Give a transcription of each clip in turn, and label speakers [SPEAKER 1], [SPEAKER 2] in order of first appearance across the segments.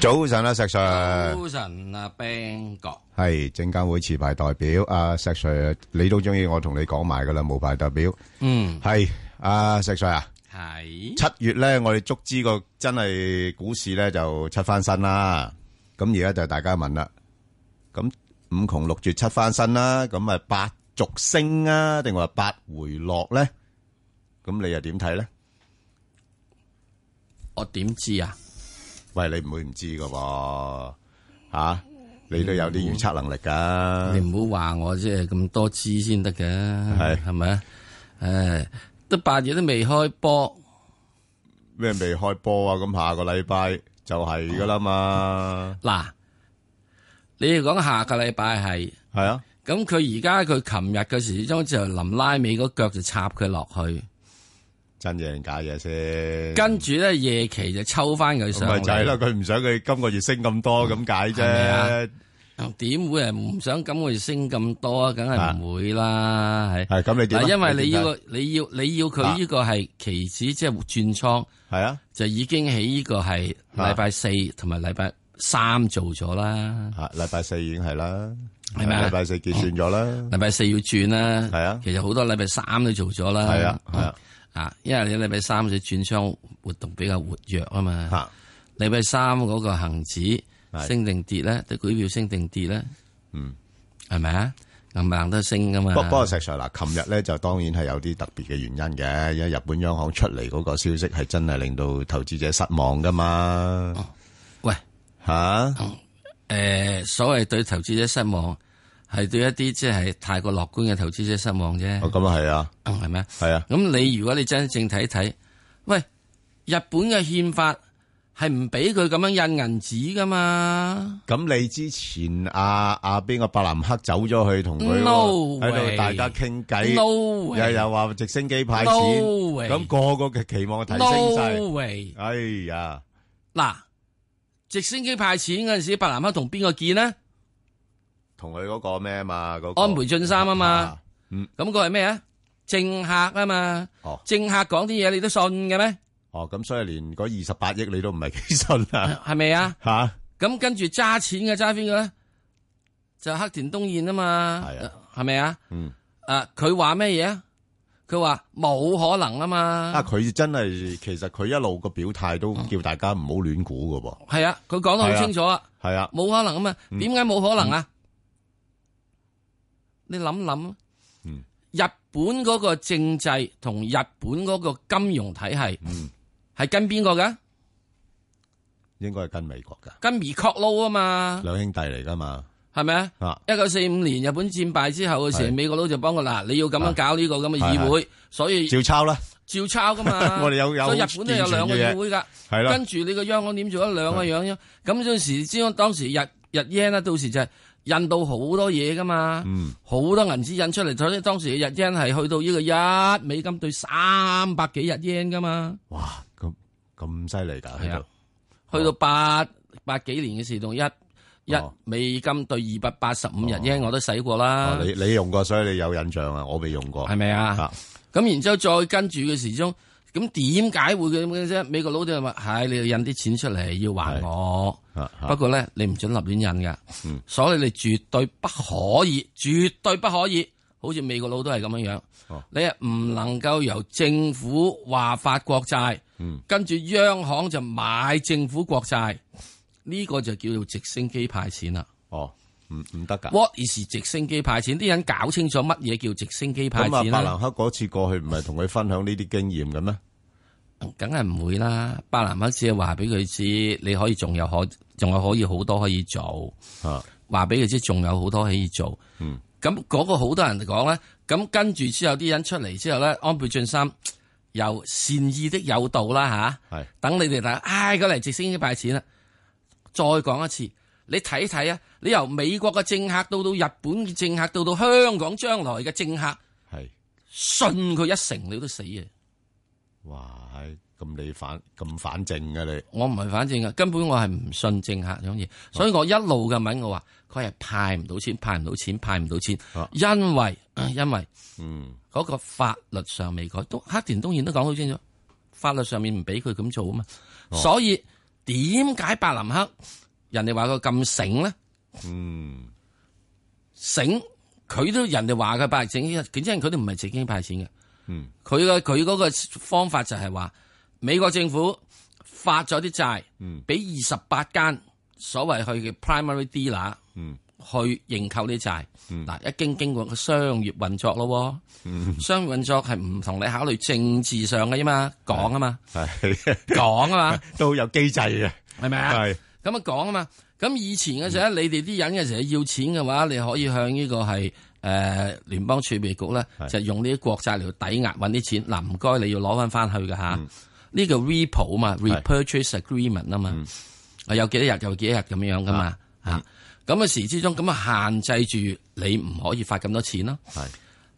[SPEAKER 1] 早晨啊，石 Sir，
[SPEAKER 2] 早晨啊，Bang 哥，
[SPEAKER 1] 係證監會持牌代表。阿石 Sir，你都中意我同你講埋噶啦，無牌代表。
[SPEAKER 2] 嗯，
[SPEAKER 1] 係阿石 Sir 啊，
[SPEAKER 2] 係
[SPEAKER 1] 七月咧，我哋足之個真係股市咧就七翻身啦。咁而家就大家問啦，咁五窮六絕七翻身啦，咁咪八續升啊，定話八回落咧？咁你又點睇咧？
[SPEAKER 2] 我點知啊？
[SPEAKER 1] 喂，你唔會唔知噶喎，吓你都有啲預測能力噶
[SPEAKER 2] 你。唔好話我即係咁多知先得嘅，
[SPEAKER 1] 係
[SPEAKER 2] 係咪啊？誒，得八月都未開波，
[SPEAKER 1] 咩未開波啊？咁下個禮拜就係噶啦嘛，
[SPEAKER 2] 嗱，你要講下個禮拜係，
[SPEAKER 1] 係啊，
[SPEAKER 2] 咁佢而家佢琴日嘅時鐘就臨拉尾嗰腳就插佢落去，
[SPEAKER 1] 真嘢定假嘢先。
[SPEAKER 2] 跟住咧夜期就抽翻佢上
[SPEAKER 1] 嗯咪就係啦，
[SPEAKER 2] 嚟，
[SPEAKER 1] 佢唔想佢今個月升咁多咁解
[SPEAKER 2] 係啊咪
[SPEAKER 1] 啫，
[SPEAKER 2] 點會係唔想咁佢升咁多啊？梗係唔會啦，係。
[SPEAKER 1] 係咁你點啊？
[SPEAKER 2] 嗱，因為你
[SPEAKER 1] 點睇啊
[SPEAKER 2] 要個你要你要佢呢個係期指，即係轉倉，
[SPEAKER 1] 係啊，
[SPEAKER 2] 就已經喺呢個係禮拜四同埋禮拜三做咗啦，
[SPEAKER 1] 嚇啊禮拜四已經係啦，
[SPEAKER 2] 係咪啊
[SPEAKER 1] 禮拜四結算咗啦，
[SPEAKER 2] 禮拜四要轉啦，
[SPEAKER 1] 係啊
[SPEAKER 2] 其實好多禮拜三都做咗啦，
[SPEAKER 1] 係啊係啊
[SPEAKER 2] 啊，因為你禮拜三嘅轉倉活動比較活躍啊嘛，
[SPEAKER 1] 嚇
[SPEAKER 2] 禮拜三嗰個恒指
[SPEAKER 1] 係
[SPEAKER 2] 升定跌咧，對股票升定跌咧，
[SPEAKER 1] 嗯，
[SPEAKER 2] 係咪啊？硬硬都升噶嘛，
[SPEAKER 1] 不不過石 Sir 嗱，琴日咧就當然係有啲特別嘅原因嘅，因為日本央行出嚟嗰個消息係真係令到投資者失望噶嘛
[SPEAKER 2] 哦喂。
[SPEAKER 1] 嚇，
[SPEAKER 2] 诶、呃所謂對投資者失望，係對一啲即係太過樂觀嘅投資者失望啫，
[SPEAKER 1] 哦咁啊係啊，
[SPEAKER 2] 係咪、
[SPEAKER 1] 係啊，
[SPEAKER 2] 咁你如果你真正睇睇，喂，日本嘅憲法係唔俾佢咁樣印銀紙噶嘛？
[SPEAKER 1] 咁你之前阿阿邊個伯南克走咗去同佢
[SPEAKER 2] No
[SPEAKER 1] 喺度
[SPEAKER 2] way
[SPEAKER 1] 大家傾偈
[SPEAKER 2] No way
[SPEAKER 1] 又又話直升機派錢，
[SPEAKER 2] No way
[SPEAKER 1] 咁個個嘅期望提升
[SPEAKER 2] no
[SPEAKER 1] 晒。
[SPEAKER 2] way！
[SPEAKER 1] 哎呀，
[SPEAKER 2] 嗱，直升機派錢嗰陣時，白蘭克同邊個見呢？
[SPEAKER 1] 同佢嗰個咩嘛嗰個
[SPEAKER 2] 安倍晉三啊嘛
[SPEAKER 1] 啊，嗯，
[SPEAKER 2] 咁佢係咩啊？政客啊嘛，
[SPEAKER 1] 哦
[SPEAKER 2] 政客講啲嘢你都信嘅咩？
[SPEAKER 1] 哦，咁所以連嗰二十八億你都唔係幾信 啊
[SPEAKER 2] 係咪啊？
[SPEAKER 1] 吓，
[SPEAKER 2] 咁跟住揸錢嘅揸邊個咧？就黑田東彥啊嘛，
[SPEAKER 1] 係啊，
[SPEAKER 2] 係咪啊？
[SPEAKER 1] 嗯，
[SPEAKER 2] 啊，佢話咩嘢啊？佢話冇可能啊
[SPEAKER 1] 啊
[SPEAKER 2] 嘛，
[SPEAKER 1] 佢真係其實佢一路個表態都
[SPEAKER 2] 嗯
[SPEAKER 1] 叫大家唔好亂估噶喎，
[SPEAKER 2] 係啊，佢講得好清楚啊，
[SPEAKER 1] 係啊，
[SPEAKER 2] 冇可能啊嘛，點解冇可能啊？你諗諗，
[SPEAKER 1] 嗯
[SPEAKER 2] 日本嗰個政制同日本嗰個金融體系
[SPEAKER 1] 嗯，
[SPEAKER 2] 係跟邊個㗎？
[SPEAKER 1] 應該係跟美國噶，
[SPEAKER 2] 跟米確撈啊嘛，
[SPEAKER 1] 兩兄弟嚟噶嘛，
[SPEAKER 2] 係咪啊？
[SPEAKER 1] 啊，
[SPEAKER 2] 一九四五年日本戰敗之後嘅時
[SPEAKER 1] 係
[SPEAKER 2] 候，美國佬就幫佢嗱，你要咁樣搞呢個咁嘅
[SPEAKER 1] 係
[SPEAKER 2] 議
[SPEAKER 1] 係
[SPEAKER 2] 會，所以
[SPEAKER 1] 照抄啦，
[SPEAKER 2] 照抄噶 嘛。
[SPEAKER 1] 我哋有有
[SPEAKER 2] 啊所以日本都有兩個議會噶。
[SPEAKER 1] 係啦
[SPEAKER 2] 跟，住你個央行點做咗兩個樣樣，咁嗰陣時之當時日日 yen 啦，到時就係印到好多嘢噶嘛，
[SPEAKER 1] 嗯。
[SPEAKER 2] 好多銀紙印出嚟，所以當時嘅日 yen 係去到呢個一美金對三百幾日 yen 噶嘛，
[SPEAKER 1] 哇，咁咁犀利噶，
[SPEAKER 2] 係
[SPEAKER 1] 喺
[SPEAKER 2] 啊
[SPEAKER 1] 度，
[SPEAKER 2] 去到八八幾年嘅時同一一
[SPEAKER 1] 哦
[SPEAKER 2] 美金對二百八十五日
[SPEAKER 1] 哦
[SPEAKER 2] yen 我都使過
[SPEAKER 1] 哦
[SPEAKER 2] 啦，
[SPEAKER 1] 你你用過，所以你有印象啊，我未用過，
[SPEAKER 2] 啊係咪啊？
[SPEAKER 1] 啊？
[SPEAKER 2] 咁然之後再跟住嘅時鐘，咁點解會咁嘅啫？美國佬就話：，唉、你要印啲錢出嚟要還我。
[SPEAKER 1] 啊
[SPEAKER 2] 不過咧，你唔准立亂印噶，
[SPEAKER 1] 嗯
[SPEAKER 2] 所以你絕對不可以，絕對不可以。好似美國佬都係咁樣樣，
[SPEAKER 1] 哦
[SPEAKER 2] 你係唔能夠由政府話發國債，
[SPEAKER 1] 嗯
[SPEAKER 2] 跟住央行就買政府國債，呢、個就叫做直升機派錢啦。
[SPEAKER 1] 哦，唔唔得噶。
[SPEAKER 2] What is 直升機派錢？啲人搞清楚乜嘢叫直升機派
[SPEAKER 1] 咁啊，
[SPEAKER 2] 錢
[SPEAKER 1] 白
[SPEAKER 2] 啦
[SPEAKER 1] 蘭。克嗰次過去唔係同佢分享呢啲經驗嘅咩？
[SPEAKER 2] 梗係唔會啦，巴南克只係話俾佢知，你可以仲有可，仲有可以好多可以做，
[SPEAKER 1] 啊，
[SPEAKER 2] 話俾佢知仲有好多可以做。
[SPEAKER 1] 嗯，
[SPEAKER 2] 咁嗰個好多人講咧，咁跟住之後啲人出嚟之後咧，安倍晉三又善意的有道啦吓，
[SPEAKER 1] 係
[SPEAKER 2] 等你哋睇，唉，嗰嚟直升機派錢啦。再講一次，你睇睇啊，你由美國嘅政客到到日本嘅政客，到到香港將來嘅政客，
[SPEAKER 1] 係，
[SPEAKER 2] 信佢一成你都死啊！
[SPEAKER 1] 哇，係咁你反咁反正嘅你，
[SPEAKER 2] 我唔係反正嘅，根本我係唔信政客呢樣嘢，所以我一路嘅問我話佢係派唔到錢，派唔到錢，派唔到錢
[SPEAKER 1] 啊，
[SPEAKER 2] 因為 因為
[SPEAKER 1] 嗯，
[SPEAKER 2] 嗰個法律
[SPEAKER 1] 哦
[SPEAKER 2] 上未改，都黑田東彥都講好清楚，法律上面唔俾佢咁做啊嘛，所以點解伯林克人哋話佢咁醒咧？
[SPEAKER 1] 嗯，
[SPEAKER 2] 醒佢都人哋話佢派整，佢真係佢都唔係自己派錢嘅。
[SPEAKER 1] 嗯，
[SPEAKER 2] 佢嘅佢嗰個方法就係話，美國政府發咗啲債，
[SPEAKER 1] 嗯，
[SPEAKER 2] 俾二十八間所謂佢嘅 primary dealer，
[SPEAKER 1] 嗯，
[SPEAKER 2] 去認購啲債。
[SPEAKER 1] 嗯
[SPEAKER 2] 嗱，一經經過個商業運作咯喎， 商業運作係唔同你考慮政治上嘅啫嘛，講啊嘛，
[SPEAKER 1] 係，
[SPEAKER 2] 講啊嘛，
[SPEAKER 1] 都有機制嘅，
[SPEAKER 2] 係咪啊？咁啊講啊嘛。咁以前嘅時候，你哋啲人嘅時候要錢嘅話，你可以向呢個係誒聯邦儲備局咧，
[SPEAKER 1] 係
[SPEAKER 2] 就用呢啲國債嚟抵押揾啲錢。嗱，唔該，你要攞翻翻去嘅嚇。呢個 repo 啊嘛，repurchase agreement 啊嘛，啊有幾多日有幾多日咁樣噶嘛嚇。咁嘅時之中，咁啊限制住你唔可以發咁多錢咯。
[SPEAKER 1] 係，係，嗯，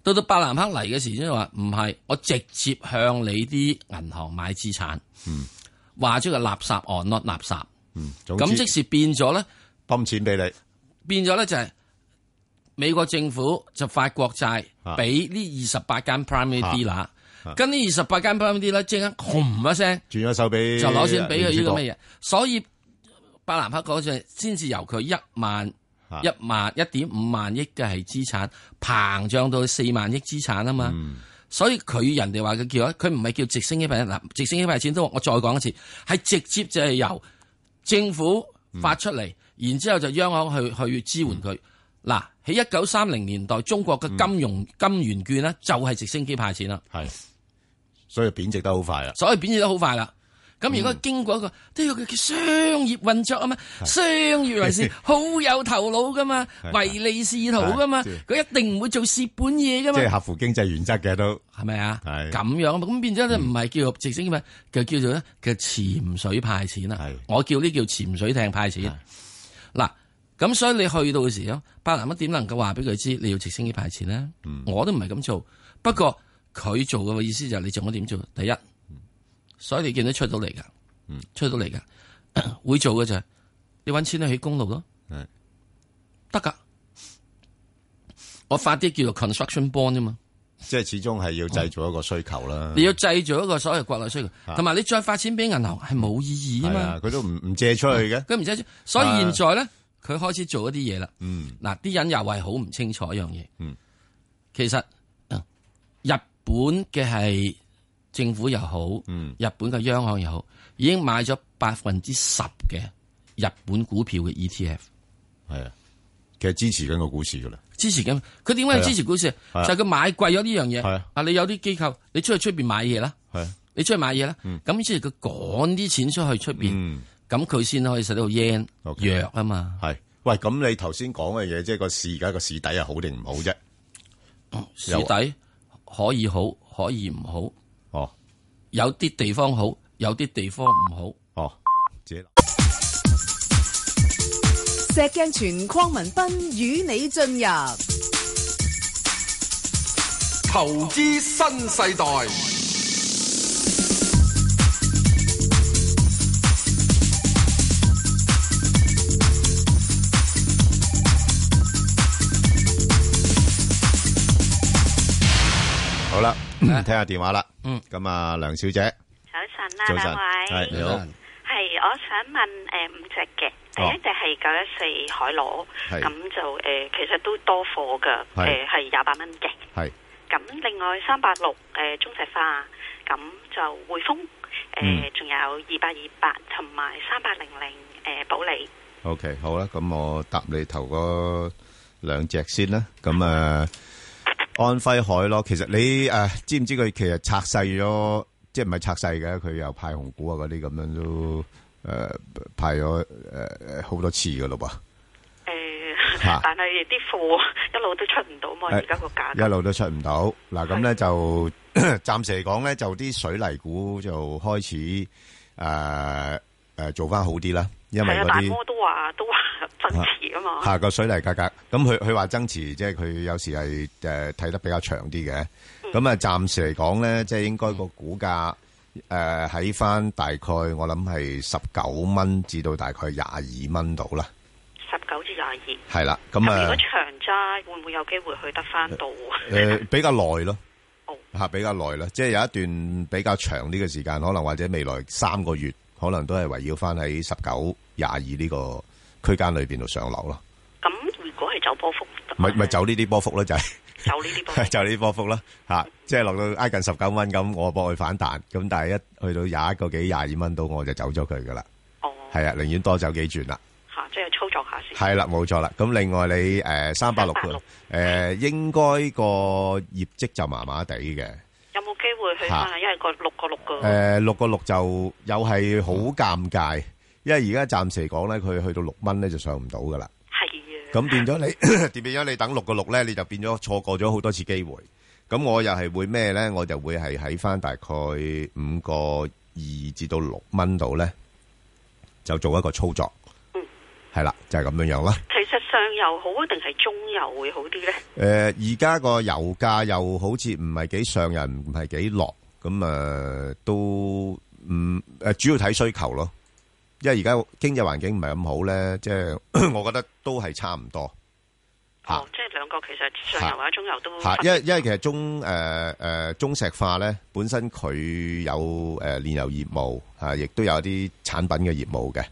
[SPEAKER 2] 到到伯南克嚟嘅時先話唔係，我直接向你啲銀行買資產，
[SPEAKER 1] 嗯
[SPEAKER 2] 話咗個垃圾案 not 垃圾。
[SPEAKER 1] 總之
[SPEAKER 2] 咁即時變咗咧，
[SPEAKER 1] 泵錢俾你，係，
[SPEAKER 2] 變咗咧就係美國政府就發國債
[SPEAKER 1] 啊
[SPEAKER 2] 俾呢二十八間 primary
[SPEAKER 1] 啊
[SPEAKER 2] dealer，跟呢二十八間 primary dealer 即刻轟一聲
[SPEAKER 1] 轉咗手俾
[SPEAKER 2] 就攞錢俾佢呢個
[SPEAKER 1] 聯儲局，
[SPEAKER 2] 咩嘢，所以伯南克嗰陣先至由佢一萬
[SPEAKER 1] 啊
[SPEAKER 2] 一萬一點五萬億嘅係資產膨脹到四萬億資產啊嘛。所以佢人哋話佢叫佢唔係叫直升機派嗱，直升機派錢都我再講一次，係直接就係由政府發出嚟，然之後就央行去去支援佢。嗱喺一九三零年代，中國嘅金融、金元券呢，就係直升機派錢啦，
[SPEAKER 1] 係，所以貶值得好快啦，啊
[SPEAKER 2] 所以貶值得好快啦。咁如果經過一個都要佢叫商業運作啊嘛，商業為事好有頭腦噶嘛，
[SPEAKER 1] 係
[SPEAKER 2] 唯利是圖噶嘛
[SPEAKER 1] 係，
[SPEAKER 2] 佢一定唔會做蝕本嘢噶嘛。
[SPEAKER 1] 即係合乎經濟原則嘅都，
[SPEAKER 2] 係咪啊？
[SPEAKER 1] 係嗯
[SPEAKER 2] 咁樣啊嘛，咁變咗咧唔係叫做直升機派，就叫做咧叫潛水派錢啦
[SPEAKER 1] 係。
[SPEAKER 2] 我叫呢叫潛水艇
[SPEAKER 1] 係
[SPEAKER 2] 派錢。嗱，咁所以你去到嘅時候，巴拿乜點能夠話俾佢知你要直升機派錢咧？
[SPEAKER 1] 嗯
[SPEAKER 2] 我都唔係咁做，不過佢做嘅意思就係你做我點做？第一，
[SPEAKER 1] 嗯
[SPEAKER 2] 所以你見到出到嚟噶，出到嚟噶， 會做嘅就係你揾錢去起公路咯，
[SPEAKER 1] 係
[SPEAKER 2] 得噶。我發啲叫做 construction bond 啫嘛。
[SPEAKER 1] 即係始終係要製造一個需求啦，
[SPEAKER 2] 你要製造一個所謂國內需求，同埋你再發錢俾銀行係冇意義啊嘛。
[SPEAKER 1] 啊係啊，佢都唔-唔借出去嘅，
[SPEAKER 2] 佢唔使，所以現在咧，佢開始做一啲嘢啦。
[SPEAKER 1] 嗯，
[SPEAKER 2] 嗱，啲人又係好唔清楚一樣嘢。
[SPEAKER 1] 嗯，
[SPEAKER 2] 其實呃日本嘅係政府又好，
[SPEAKER 1] 嗯
[SPEAKER 2] 日本嘅央行又好，已經買咗百分之十嘅日本股票嘅 E ETF。
[SPEAKER 1] 係啊，其實支持緊個股市㗎啦，係啊，
[SPEAKER 2] 支持緊佢點解要支持股市？
[SPEAKER 1] 係啊
[SPEAKER 2] 就係佢買貴咗呢樣
[SPEAKER 1] 係
[SPEAKER 2] 嘢
[SPEAKER 1] 啊。
[SPEAKER 2] 啊，你有啲機構，你出去出邊買嘢啦。你出去買嘢啦，咁即係佢趕啲錢出去出邊，
[SPEAKER 1] 嗯。
[SPEAKER 2] 咁佢先可以使到 yen
[SPEAKER 1] OK
[SPEAKER 2] 弱啊嘛。
[SPEAKER 1] 系，喂，咁你頭先講嘅嘢，即係個市而家個市底係好定唔好啫？
[SPEAKER 2] 市
[SPEAKER 1] 有啊
[SPEAKER 2] 底可以好，可以唔好，
[SPEAKER 1] 哦，
[SPEAKER 2] 有啲地方好，有啲地方唔好。
[SPEAKER 1] 哦，自己諗
[SPEAKER 3] 石鏡泉邝文斌與你進入
[SPEAKER 4] 投資新世代，
[SPEAKER 1] 好啦，睇下電話啦。
[SPEAKER 2] 嗯
[SPEAKER 1] 咁啊，梁小姐，
[SPEAKER 5] 早晨
[SPEAKER 1] 早
[SPEAKER 5] 啦，
[SPEAKER 1] 晨
[SPEAKER 5] 兩位
[SPEAKER 1] 係你好
[SPEAKER 5] 係我想問誒五隻嘅，第一隻係九一四海螺，
[SPEAKER 1] 係
[SPEAKER 5] 咁就誒其實都多貨㗎，
[SPEAKER 1] 係
[SPEAKER 5] 誒係廿八蚊嘅。
[SPEAKER 1] 係
[SPEAKER 5] 咁另外三八六誒中石化，咁就匯豐，
[SPEAKER 1] 嗯
[SPEAKER 5] 誒仲有二八二八同埋三八零零誒保利。
[SPEAKER 1] OK，好啦，咁我答你頭嗰兩隻先啦。咁啊，安徽海螺，其實你诶、啊知唔知佢其實拆細咗，即係唔係拆細嘅，佢又派紅股啊嗰啲咁樣都诶、呃派咗诶好多次噶咯噃。
[SPEAKER 5] 誒
[SPEAKER 1] 嚇，
[SPEAKER 5] 但係啲貨一路都出唔到嘛，
[SPEAKER 1] 係
[SPEAKER 5] 而家個價
[SPEAKER 1] 一。路都出唔到。嗱，咁咧就 暫時嚟講咧，就啲水泥股就開始誒誒、呃呃做翻好啲啦，因為
[SPEAKER 5] 係啊
[SPEAKER 1] 嗰，
[SPEAKER 5] 大
[SPEAKER 1] 啲
[SPEAKER 5] 摩都話都話增持啊嘛。
[SPEAKER 1] 下個水泥價格，咁佢佢話增持，即係佢有時係誒睇得比較長啲嘅。咁啊，暫時嚟講咧，即係應該個股價誒喺翻大概我諗係十九蚊至到大概廿二蚊度啦，
[SPEAKER 5] 十九至廿二。咁
[SPEAKER 1] 係啦。咁
[SPEAKER 5] 如
[SPEAKER 1] 啊
[SPEAKER 5] 果長揸會唔會有機會去得翻到？
[SPEAKER 1] 誒比較耐咯。
[SPEAKER 5] 哦
[SPEAKER 1] 吓比較耐啦，即係有一段比較長啲嘅時間，可能或者未來三個月可能都係圍繞翻喺十九、廿二呢個區間裏邊度上落咯。
[SPEAKER 5] 咁如果係走波幅，
[SPEAKER 1] 咪
[SPEAKER 5] 嗯
[SPEAKER 1] 咪走呢啲波幅咯，就係、
[SPEAKER 5] 走呢啲波
[SPEAKER 1] 就係呢啲波幅啦，吓、即係落到挨近十九蚊咁，我搏佢反彈，咁但係一去到廿一個幾、廿二蚊到，我就走咗佢噶啦，
[SPEAKER 5] 幅，哦，
[SPEAKER 1] 係啊，寧願多走幾轉啦，
[SPEAKER 5] 嚇，即係操作下先。
[SPEAKER 1] 係啦，冇錯啦。咁另外你诶三八六
[SPEAKER 5] 386
[SPEAKER 1] 诶，應該個業績就麻麻地嘅，
[SPEAKER 5] 有冇機會去
[SPEAKER 1] 嚇
[SPEAKER 5] 翻下？因為個六個六個，
[SPEAKER 1] 诶六個六就又係好尷尬，因為而家暫時嚟講咧，佢去到六蚊咧就上唔到噶啦。
[SPEAKER 5] 係啊，
[SPEAKER 1] 咁變咗你 變咗你等六個六咧，你就變咗錯過咗好多次機會。咁我又係會咩咧？我就會係喺翻大概五個二至到六蚊度咧，就做一個操作
[SPEAKER 5] 嗯。
[SPEAKER 1] 係啦，就係咁樣樣啦。
[SPEAKER 5] 其實上游好啊定係中游會好啲咧？
[SPEAKER 1] 诶、呃而家個油價又好似唔係幾上人，唔係幾落，咁诶、呃都唔诶、主要睇需求咯。因為而家經濟環境唔係咁好咧，即係 我覺得都係差唔多。嚇
[SPEAKER 5] 哦，即係兩個其實上游或者中游都
[SPEAKER 1] 吓，因為因为其實中诶诶、呃中石化咧，本身佢有诶炼、油業務吓，啊亦、都有一啲產品嘅業務嘅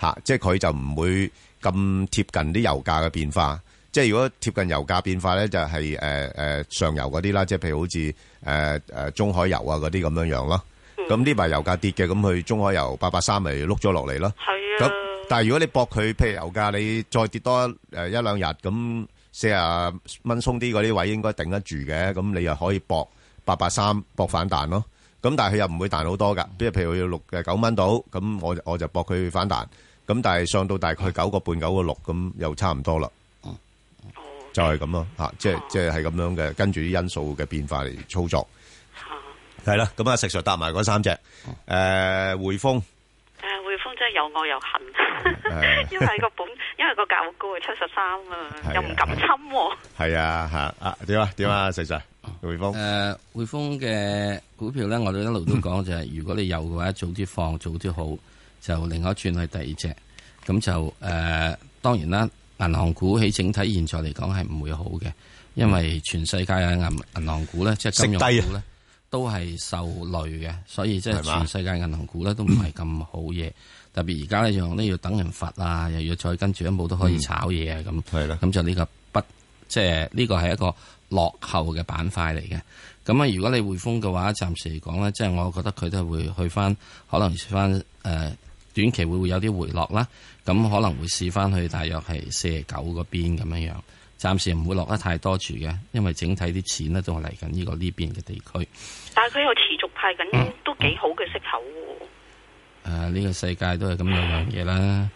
[SPEAKER 1] 吓、啊即係佢就唔會咁貼近啲油價嘅變化。即係如果貼近油價變化咧，就係诶诶上游嗰啲啦，即係譬如好似诶诶中海油啊嗰啲咁樣樣咯。咁呢排油價跌嘅，咁佢中海油八八三咪碌咗落嚟咯。
[SPEAKER 5] 係
[SPEAKER 1] 咁
[SPEAKER 5] 啊。
[SPEAKER 1] 但係如果你搏佢，譬如油價你再跌多誒一兩日，咁四啊蚊鬆啲嗰啲位應該頂得住嘅，咁你又可以搏八八三搏反彈咯。咁但係佢又唔會彈好多㗎，即係譬如佢要六呃誒九蚊到，咁我就我就搏佢反彈。咁但係上到大概九個半、九個六，咁又差唔多啦，
[SPEAKER 5] 哦
[SPEAKER 1] 就係咁咯嚇，即係即係係咁樣嘅，跟住啲因素嘅變化嚟操作。
[SPEAKER 5] 嚇
[SPEAKER 1] 係啦，咁啊食 Sir 搭埋嗰三隻，誒、匯豐。
[SPEAKER 5] 誒匯豐真係又愛又恨
[SPEAKER 1] 係，
[SPEAKER 5] 因為個本因為個價好高啊，七十三啊
[SPEAKER 1] 係啊，
[SPEAKER 5] 又唔敢侵喎。
[SPEAKER 1] 系啊，吓啊，点啊，点啊，石 Sir，汇丰
[SPEAKER 2] 诶，汇丰嘅股票咧，我哋一路都講就係，如果你有嘅話，早啲放，早啲好，就另外一轉去第二隻。咁就诶、呃，当然啦，銀行股喺整體現在嚟講係唔會好嘅，因為全世界嘅銀银行股咧，即係金融
[SPEAKER 1] 食低啊
[SPEAKER 2] 股咧，都係受累嘅，所以即係
[SPEAKER 1] 係嘛
[SPEAKER 2] 全世界銀行股咧都唔係咁好嘢。特別而家呢樣咧要等人罰啊，又要再跟住一步都可
[SPEAKER 1] 嗯
[SPEAKER 2] 以炒嘢啊咁。
[SPEAKER 1] 係啦
[SPEAKER 2] 咁就呢個不即係呢個係一個落後嘅板塊嚟嘅。咁啊，如果你匯豐嘅話，暫時嚟講咧，即係我覺得佢都係會去翻，可能翻誒、呃短期會會有啲回落啦。咁可能會試翻去大約係四十九嗰邊咁樣樣。暫時唔會落得太多住嘅，因為整體啲錢咧都係嚟緊呢個呢邊嘅地區。誒、
[SPEAKER 5] 但係佢又持續派
[SPEAKER 1] 嗯
[SPEAKER 5] 緊都幾好嘅息口喎。
[SPEAKER 2] 呢、個世界都係咁樣樣嘢啦，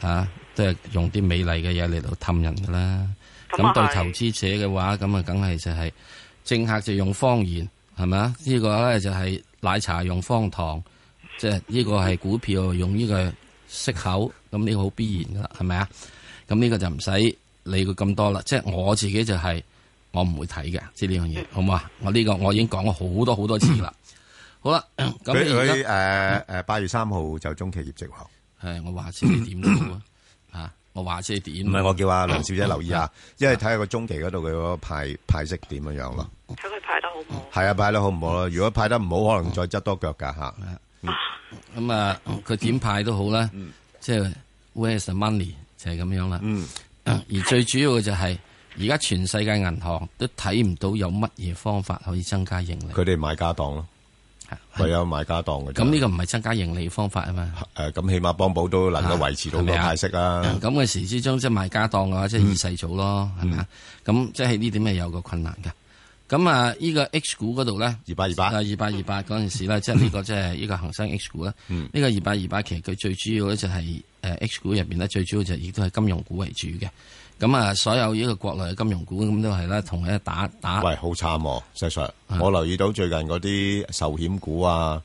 [SPEAKER 2] 嚇、都係用啲美麗嘅嘢嚟到氹人噶啦。
[SPEAKER 5] 啊
[SPEAKER 2] 咁對
[SPEAKER 5] 係
[SPEAKER 2] 投資者嘅話，咁啊，梗係就係政客就用方言，係咪啊？呢個咧就係奶茶用方糖，即係呢個係股票用呢個息口，咁呢個好必然噶啦，係咪啊？咁呢個就唔使理佢咁多啦。即係我自己就係、我唔會睇嘅，即係呢樣嘢，好唔好啊？我呢個我已經講過好多好多次啦。好啦，咁
[SPEAKER 1] 佢
[SPEAKER 2] 你而家
[SPEAKER 1] 佢诶诶八月三號就中期業績喎，
[SPEAKER 2] 係我話知你點都好啊，嚇我話知你點
[SPEAKER 1] 唔
[SPEAKER 2] 啊
[SPEAKER 1] 係我叫阿梁小姐留意下，
[SPEAKER 2] 嗯
[SPEAKER 1] 因為睇下個中期嗰度佢嗰個派派息點樣樣咯。
[SPEAKER 2] 嗯
[SPEAKER 5] 睇佢派得好唔好？
[SPEAKER 1] 係啊，派得好唔好咯？如果派得唔好，可能再執多腳㗎吓。
[SPEAKER 2] 嗯咁啊，佢點派都好啦，即係 where's the money 就係咁樣啦。而最主要嘅就係而家全世界銀行都睇唔到有乜嘢方法可以增加盈利。
[SPEAKER 1] 佢哋買家當咯，唯有買家當嘅啫。
[SPEAKER 2] 嗯咁呢個唔係增加盈利方法啊嘛。
[SPEAKER 1] 诶，咁起碼幫補都能
[SPEAKER 2] 啊
[SPEAKER 1] 夠維持到個派息啦。
[SPEAKER 2] 咁嘅時之中，即係賣家當嘅話，即係二世祖咯，係咪啊？咁即係呢點係有個困難嘅。咁啊，呢個 H 股嗰度咧，
[SPEAKER 1] 二八二八
[SPEAKER 2] 啊，二八二八嗰陣時咧，即係呢個即 係呢個恒生 H 股啦。
[SPEAKER 1] 嗯
[SPEAKER 2] 呢個二八二八其實佢最主要咧就係誒 H 股入邊咧，最主要就亦都係金融股為主嘅。咁啊，所有呢個國內嘅金融股咁都係啦，同佢打打
[SPEAKER 1] 喂，好慘喎，石 Sir，我
[SPEAKER 2] 嗯
[SPEAKER 1] 留意到最近嗰啲壽險股啊，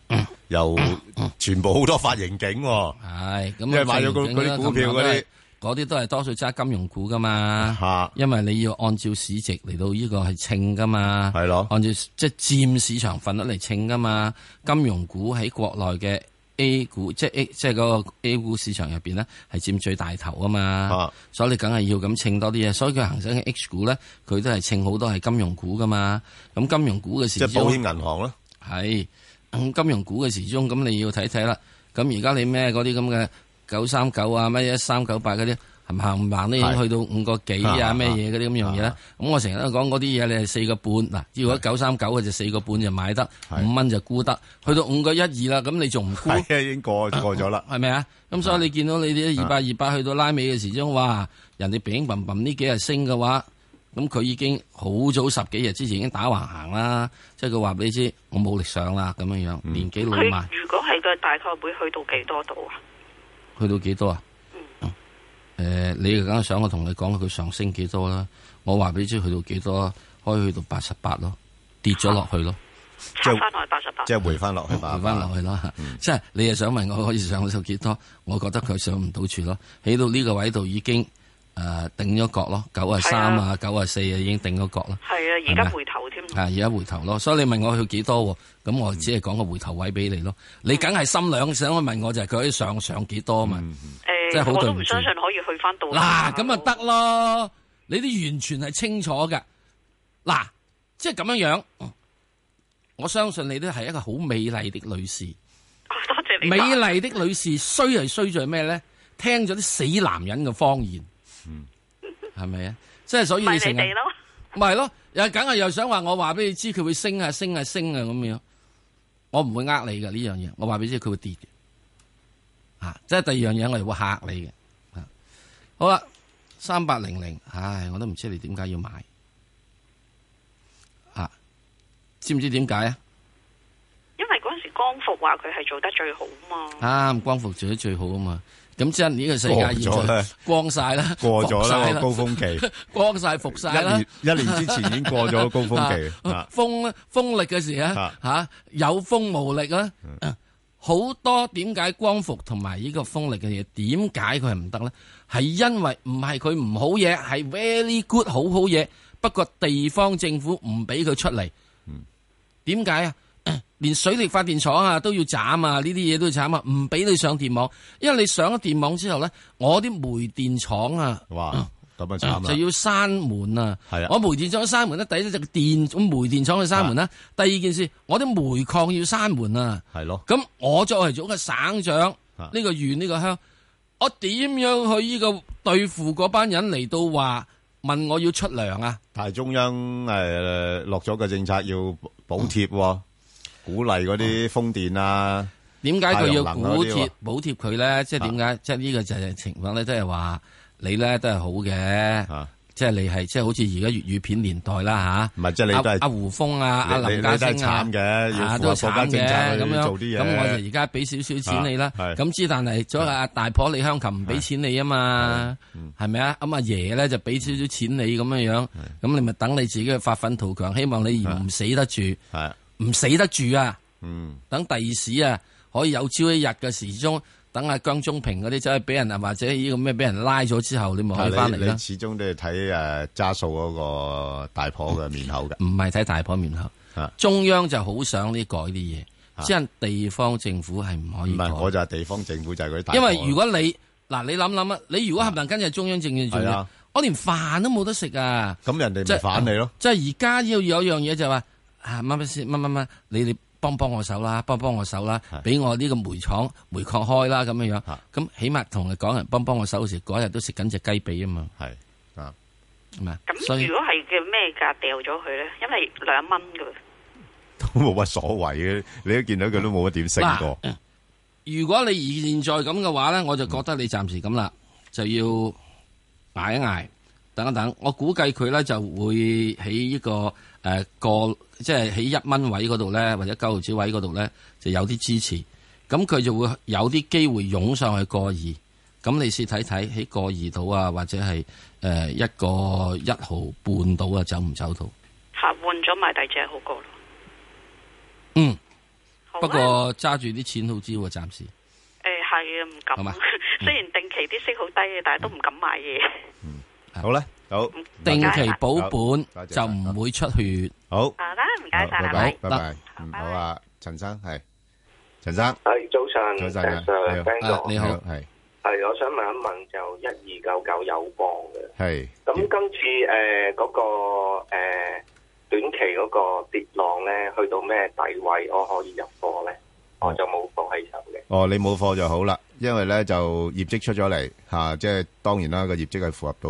[SPEAKER 1] 又
[SPEAKER 2] 嗯
[SPEAKER 1] 全部好多發盈警喎。
[SPEAKER 2] 係咁啊。
[SPEAKER 1] 因為買咗嗰嗰啲股票嗰啲
[SPEAKER 2] 啊嗰啲都係多數揸金融股噶嘛。
[SPEAKER 1] 嚇
[SPEAKER 2] 因為你要按照市值嚟到呢個係稱噶嘛。
[SPEAKER 1] 係咯
[SPEAKER 2] 按照即係佔市場份額嚟稱噶嘛。金融股喺國內嘅 A 股，即係 A 即係嗰個 A 股市場入邊咧，係佔最大頭啊嘛。
[SPEAKER 1] 啊
[SPEAKER 2] 所以你梗係要咁稱多啲嘢。所以佢恒生嘅 H 股咧，佢都係稱好多係金融股噶嘛。咁金融股嘅時
[SPEAKER 1] 即係保
[SPEAKER 2] 鐘
[SPEAKER 1] 險銀行啦。
[SPEAKER 2] 嗯係咁金融股嘅時鐘，咁你要睇睇啦。咁而家你咩嗰啲咁嘅九三九啊，咩一三九八嗰啲，行行行都已經
[SPEAKER 1] 係
[SPEAKER 2] 去到五個幾
[SPEAKER 1] 啊
[SPEAKER 2] 啊，咩嘢嗰啲咁樣嘢啦。咁我成日都講嗰啲嘢，你係四個半嗱，如果九三九嘅就四個半就買得，
[SPEAKER 1] 係
[SPEAKER 2] 五蚊就沽得，去到五個一二啦，咁你仲唔沽？
[SPEAKER 1] 係啊，已經過過咗啦。
[SPEAKER 2] 係咪啊？咁所以你見到你啲二百二百去到拉尾嘅時鐘，哇！人哋炳嘭嘭呢幾日升嘅話，咁佢已經好早十幾日之前已經打橫行啦，即係佢話俾你知，我冇力上啦咁樣樣，年紀老
[SPEAKER 5] 佢
[SPEAKER 2] 邁，
[SPEAKER 5] 如果係個大概會去到幾多度啊？
[SPEAKER 2] 去到幾多啊？誒、你梗係想我同你講佢上升幾多啦？我話俾你知去到幾多，可以去到八十八咯，跌咗落去咯。
[SPEAKER 5] 插翻落去八十八，
[SPEAKER 1] 即係回翻落去啊吧。
[SPEAKER 2] 啊回翻落去啦，即係你又想問我可以上到幾多？我覺得佢上唔到處咯，起到呢個位度已經誒定咗角咯，九啊三啊，九啊四啊已經定咗角啦。
[SPEAKER 5] 係啊，而
[SPEAKER 2] 係咪
[SPEAKER 5] 家回頭添。
[SPEAKER 2] 啊，而家回頭咯，所以你問我去幾多喎？咁我只係講個回頭位俾你咯。你梗係心兩想去問我就係佢可以上上幾多嘛？
[SPEAKER 5] 誒，
[SPEAKER 2] 真係好
[SPEAKER 5] 我
[SPEAKER 2] 對
[SPEAKER 5] 都
[SPEAKER 2] 唔住
[SPEAKER 5] 唔相信可以去翻到。
[SPEAKER 2] 嗱，咁啊得咯，你啲完全係清楚嘅。嗱，即係咁樣樣，我相信你都係一個好美麗的女士。
[SPEAKER 5] 多謝你。
[SPEAKER 2] 美麗的女士衰係衰在咩咧？聽咗啲死男人嘅謊言，係咪啊？即係所以
[SPEAKER 5] 咪
[SPEAKER 2] 你
[SPEAKER 5] 你
[SPEAKER 2] 成
[SPEAKER 5] 哋
[SPEAKER 2] 日
[SPEAKER 5] 咯，
[SPEAKER 2] 咪係咯，又梗係又想話我話俾你知佢會升啊升啊升啊咁樣，我唔會呃你嘅呢樣嘢，我話俾你知佢會跌嘅，啊，即係第二樣嘢我哋會嚇你嘅，啊，好啦，三八零零，唉，我都唔知你點解要買，啊，知唔知點解啊？
[SPEAKER 5] 因為嗰陣時光復話佢係做得最好嘛。
[SPEAKER 2] 啱，光復做得最好啊嘛。咁即係呢個世界
[SPEAKER 1] 過
[SPEAKER 2] 現
[SPEAKER 1] 咗啦
[SPEAKER 2] 在 光晒啦，
[SPEAKER 1] 過咗啦
[SPEAKER 2] 復晒
[SPEAKER 1] 個高峰期，一
[SPEAKER 2] 光晒復晒啦
[SPEAKER 1] 年。一年之前已經過咗高峰期
[SPEAKER 2] 啊
[SPEAKER 1] 啊，
[SPEAKER 2] 風咧風力嘅時啊
[SPEAKER 1] 啊，嗯
[SPEAKER 2] 嚇有風無力啦。好多點解光復同埋呢個風力嘅嘢，點解佢係唔得咧？係因為唔係佢唔好嘢，係 very good 好好嘢，不過地方政府唔俾佢出嚟。
[SPEAKER 1] 嗯
[SPEAKER 2] 點解啊？ 連水力發電廠啊都要斬啊，呢啲嘢都要斬啊，唔俾你上電網，因為你上咗電網之後咧，我啲煤電廠啊。
[SPEAKER 1] 哇，咁啊慘
[SPEAKER 2] 嗯就
[SPEAKER 1] 啦，
[SPEAKER 2] 要閂門啊！
[SPEAKER 1] 係啊
[SPEAKER 2] 我煤電廠閂門咧，第一隻電咁煤電廠去閂門啦，
[SPEAKER 1] 啊
[SPEAKER 2] 第二件事我啲煤礦要閂門啊！
[SPEAKER 1] 係咯，
[SPEAKER 2] 咁我作為做一個省長，呢、
[SPEAKER 1] 啊
[SPEAKER 2] 個縣呢、個鄉，我點樣去呢個對付嗰班人嚟到話問我要出糧啊？
[SPEAKER 1] 但係中央誒落咗個政策要補貼
[SPEAKER 2] 嗯
[SPEAKER 1] 喎，鼓勵嗰啲風電啊，
[SPEAKER 2] 點解佢要
[SPEAKER 1] 太陽能啊
[SPEAKER 2] 補
[SPEAKER 1] 嗰啲
[SPEAKER 2] 貼
[SPEAKER 1] 喎
[SPEAKER 2] 補貼佢咧？即係點
[SPEAKER 1] 啊
[SPEAKER 2] 解？即係呢個就係情況咧，即係話你咧都係好嘅，
[SPEAKER 1] 啊，
[SPEAKER 2] 即係你係即係好似而家粵語片年代啦
[SPEAKER 1] 唔
[SPEAKER 2] 吓。
[SPEAKER 1] 係即係你
[SPEAKER 2] 阿
[SPEAKER 1] 都係
[SPEAKER 2] 阿胡峰啊，
[SPEAKER 1] 你
[SPEAKER 2] 阿
[SPEAKER 1] 你
[SPEAKER 2] 林
[SPEAKER 1] 你
[SPEAKER 2] 家
[SPEAKER 1] 都係
[SPEAKER 2] 聲啊
[SPEAKER 1] 慘，嘅要
[SPEAKER 2] 啊
[SPEAKER 1] 符
[SPEAKER 2] 都
[SPEAKER 1] 合
[SPEAKER 2] 慘
[SPEAKER 1] 國家政策
[SPEAKER 2] 嘅
[SPEAKER 1] 去
[SPEAKER 2] 咁樣
[SPEAKER 1] 做啲嘢
[SPEAKER 2] 咁我就而家俾少少錢你啦，
[SPEAKER 1] 啊係
[SPEAKER 2] 咁之但係咗阿大婆李香琴唔俾錢你啊嘛，
[SPEAKER 1] 嗯
[SPEAKER 2] 係咪啊？咁阿爺咧就俾少少錢你咁樣樣，咁你咪等你自己去發奮圖強，希望你唔死得住，
[SPEAKER 1] 係，
[SPEAKER 2] 唔死得住啊！
[SPEAKER 1] 嗯，
[SPEAKER 2] 等第時啊，可以有朝一日嘅時鐘，等阿姜中平嗰啲走去俾人啊，或者呢個咩俾人拉咗之後，你咪可
[SPEAKER 1] 但
[SPEAKER 2] 以
[SPEAKER 1] 係
[SPEAKER 2] 翻嚟
[SPEAKER 1] 啊你
[SPEAKER 2] 啦
[SPEAKER 1] 你。始終都要睇誒揸數嗰個大婆 嘅面口嘅，
[SPEAKER 2] 唔係睇大婆面口
[SPEAKER 1] 啊，
[SPEAKER 2] 中央就好想呢改啲嘢，即係地方政府係唔可
[SPEAKER 1] 唔
[SPEAKER 2] 以
[SPEAKER 1] 係我
[SPEAKER 2] 改。
[SPEAKER 1] 就係地方政府就係嗰啲大婆
[SPEAKER 2] 因
[SPEAKER 1] 啦，
[SPEAKER 2] 為如果你嗱，你諗諗啊，你如果合能跟住中央政府做
[SPEAKER 1] 係
[SPEAKER 2] 嘅
[SPEAKER 1] 啊，
[SPEAKER 2] 我連飯都冇得食啊！
[SPEAKER 1] 咁人哋
[SPEAKER 2] 即
[SPEAKER 1] 咪
[SPEAKER 2] 係
[SPEAKER 1] 反你咯。
[SPEAKER 2] 即係而家要有一樣嘢就係話啊乜乜先乜乜乜，你哋幫幫我手啦，幫幫我手啦
[SPEAKER 1] 係，
[SPEAKER 2] 俾我呢個煤廠煤礦開啦咁樣樣
[SPEAKER 1] 嚇。
[SPEAKER 2] 咁起碼同你講人幫幫我手嗰時，嗰日都食緊只雞髀啊嘛，
[SPEAKER 1] 系啊，
[SPEAKER 2] 係咪？所
[SPEAKER 5] 咁
[SPEAKER 2] 以
[SPEAKER 5] 如果係嘅咩價掉咗佢咧？因為兩蚊噶。
[SPEAKER 1] 都冇乜所謂嘅，你都見到佢都冇乜點升過，
[SPEAKER 2] 如果你現在咁嘅話咧，我就覺得你暫時咁啦，就要捱一捱，等一等。我估計佢咧就會喺呢、個誒、呃、個，即係喺一蚊位嗰度咧，或者九毫子位嗰度咧，就有啲支持。咁佢就會有啲機會湧上去過二。咁你試睇睇喺過二度啊，或者係誒、呃一個一毫半度啊，走唔走到？
[SPEAKER 5] 吓換咗買第二隻好過咯。
[SPEAKER 2] 嗯，
[SPEAKER 5] 好啊
[SPEAKER 2] 不過揸住啲錢好知喎，暫時。
[SPEAKER 5] 誒係啊，唔
[SPEAKER 2] 好 嘛
[SPEAKER 5] 敢。雖然定期啲息好低嘅，但係都唔敢買嘢。
[SPEAKER 1] 好啦，好，
[SPEAKER 2] 定期保
[SPEAKER 1] 好
[SPEAKER 2] 本就唔會出血。
[SPEAKER 1] 好，
[SPEAKER 5] 好啦，唔該
[SPEAKER 1] 拜
[SPEAKER 5] 晒兩
[SPEAKER 1] 拜
[SPEAKER 5] 位。，
[SPEAKER 1] 拜拜，嗯好啊，陳生係，陳生
[SPEAKER 6] 係早晨，
[SPEAKER 1] 早晨啊
[SPEAKER 6] Sir，
[SPEAKER 1] 你好
[SPEAKER 6] Ben 哥
[SPEAKER 2] 啊你好
[SPEAKER 1] 係
[SPEAKER 6] 係我想問一問，就一二九九友邦嘅，
[SPEAKER 1] 係
[SPEAKER 6] 咁今次誒嗰、個、呃、短期嗰個跌浪咧，去到咩底位我可以入貨咧？我就冇貨喺手嘅。
[SPEAKER 1] 哦，你冇貨就好啦，因為咧就業績出咗嚟嚇，啊即係當然啦，個業績係符合到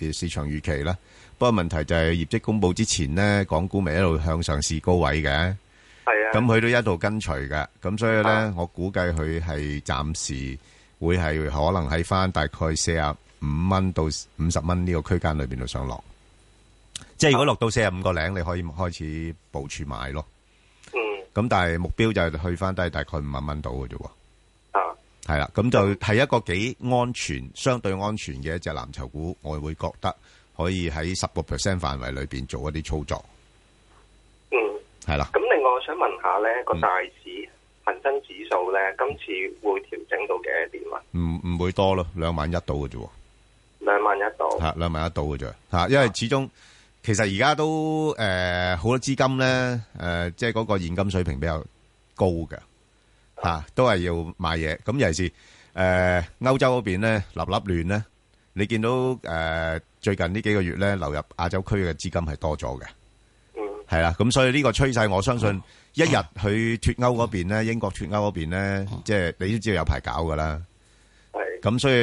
[SPEAKER 1] 呃市場預期啦。不過問題就係業績公佈之前咧，港股咪一路向上試高位嘅，
[SPEAKER 6] 係啊，
[SPEAKER 1] 咁佢都一路跟隨嘅。咁所以咧，
[SPEAKER 6] 啊
[SPEAKER 1] 我估計佢係暫時會係可能喺翻大概四啊五蚊到五十蚊呢個區間裏邊度上落。即係如果落到四啊五個零，你可以開始部署買咯。
[SPEAKER 6] 嗯
[SPEAKER 1] 咁但係目標就係去翻低大概五萬蚊到嘅啫喎。
[SPEAKER 6] 啊，
[SPEAKER 1] 系啦，咁就係一個幾安全、相對安全嘅一隻藍籌股，我會覺得可以喺十個 percent 範圍裏边做一啲操作，
[SPEAKER 6] 嗯。
[SPEAKER 1] 係啦。
[SPEAKER 6] 咁另外我想問下咧，個
[SPEAKER 1] 嗯
[SPEAKER 6] 大市恒生指數咧，今次會調整到幾多點啊？
[SPEAKER 1] 唔唔会多咯，兩萬一到嘅啫喎，
[SPEAKER 6] 兩萬一度。
[SPEAKER 1] 吓两万一到嘅啫，吓，因為始終其實而家都诶好、多資金咧，诶、即係嗰個現金水平比較高嘅，吓、都係要買嘢。咁尤其是诶欧洲嗰邊咧，立立亂咧，你見到诶、誒最近呢幾個月咧流入亞洲區嘅資金係多咗嘅。
[SPEAKER 6] 嗯
[SPEAKER 1] 系啦，咁所以呢個趨勢，我相信一日佢脱歐嗰邊咧，英國脱歐嗰邊咧，即係你都知道有排搞噶啦。
[SPEAKER 6] 係
[SPEAKER 1] 咁所以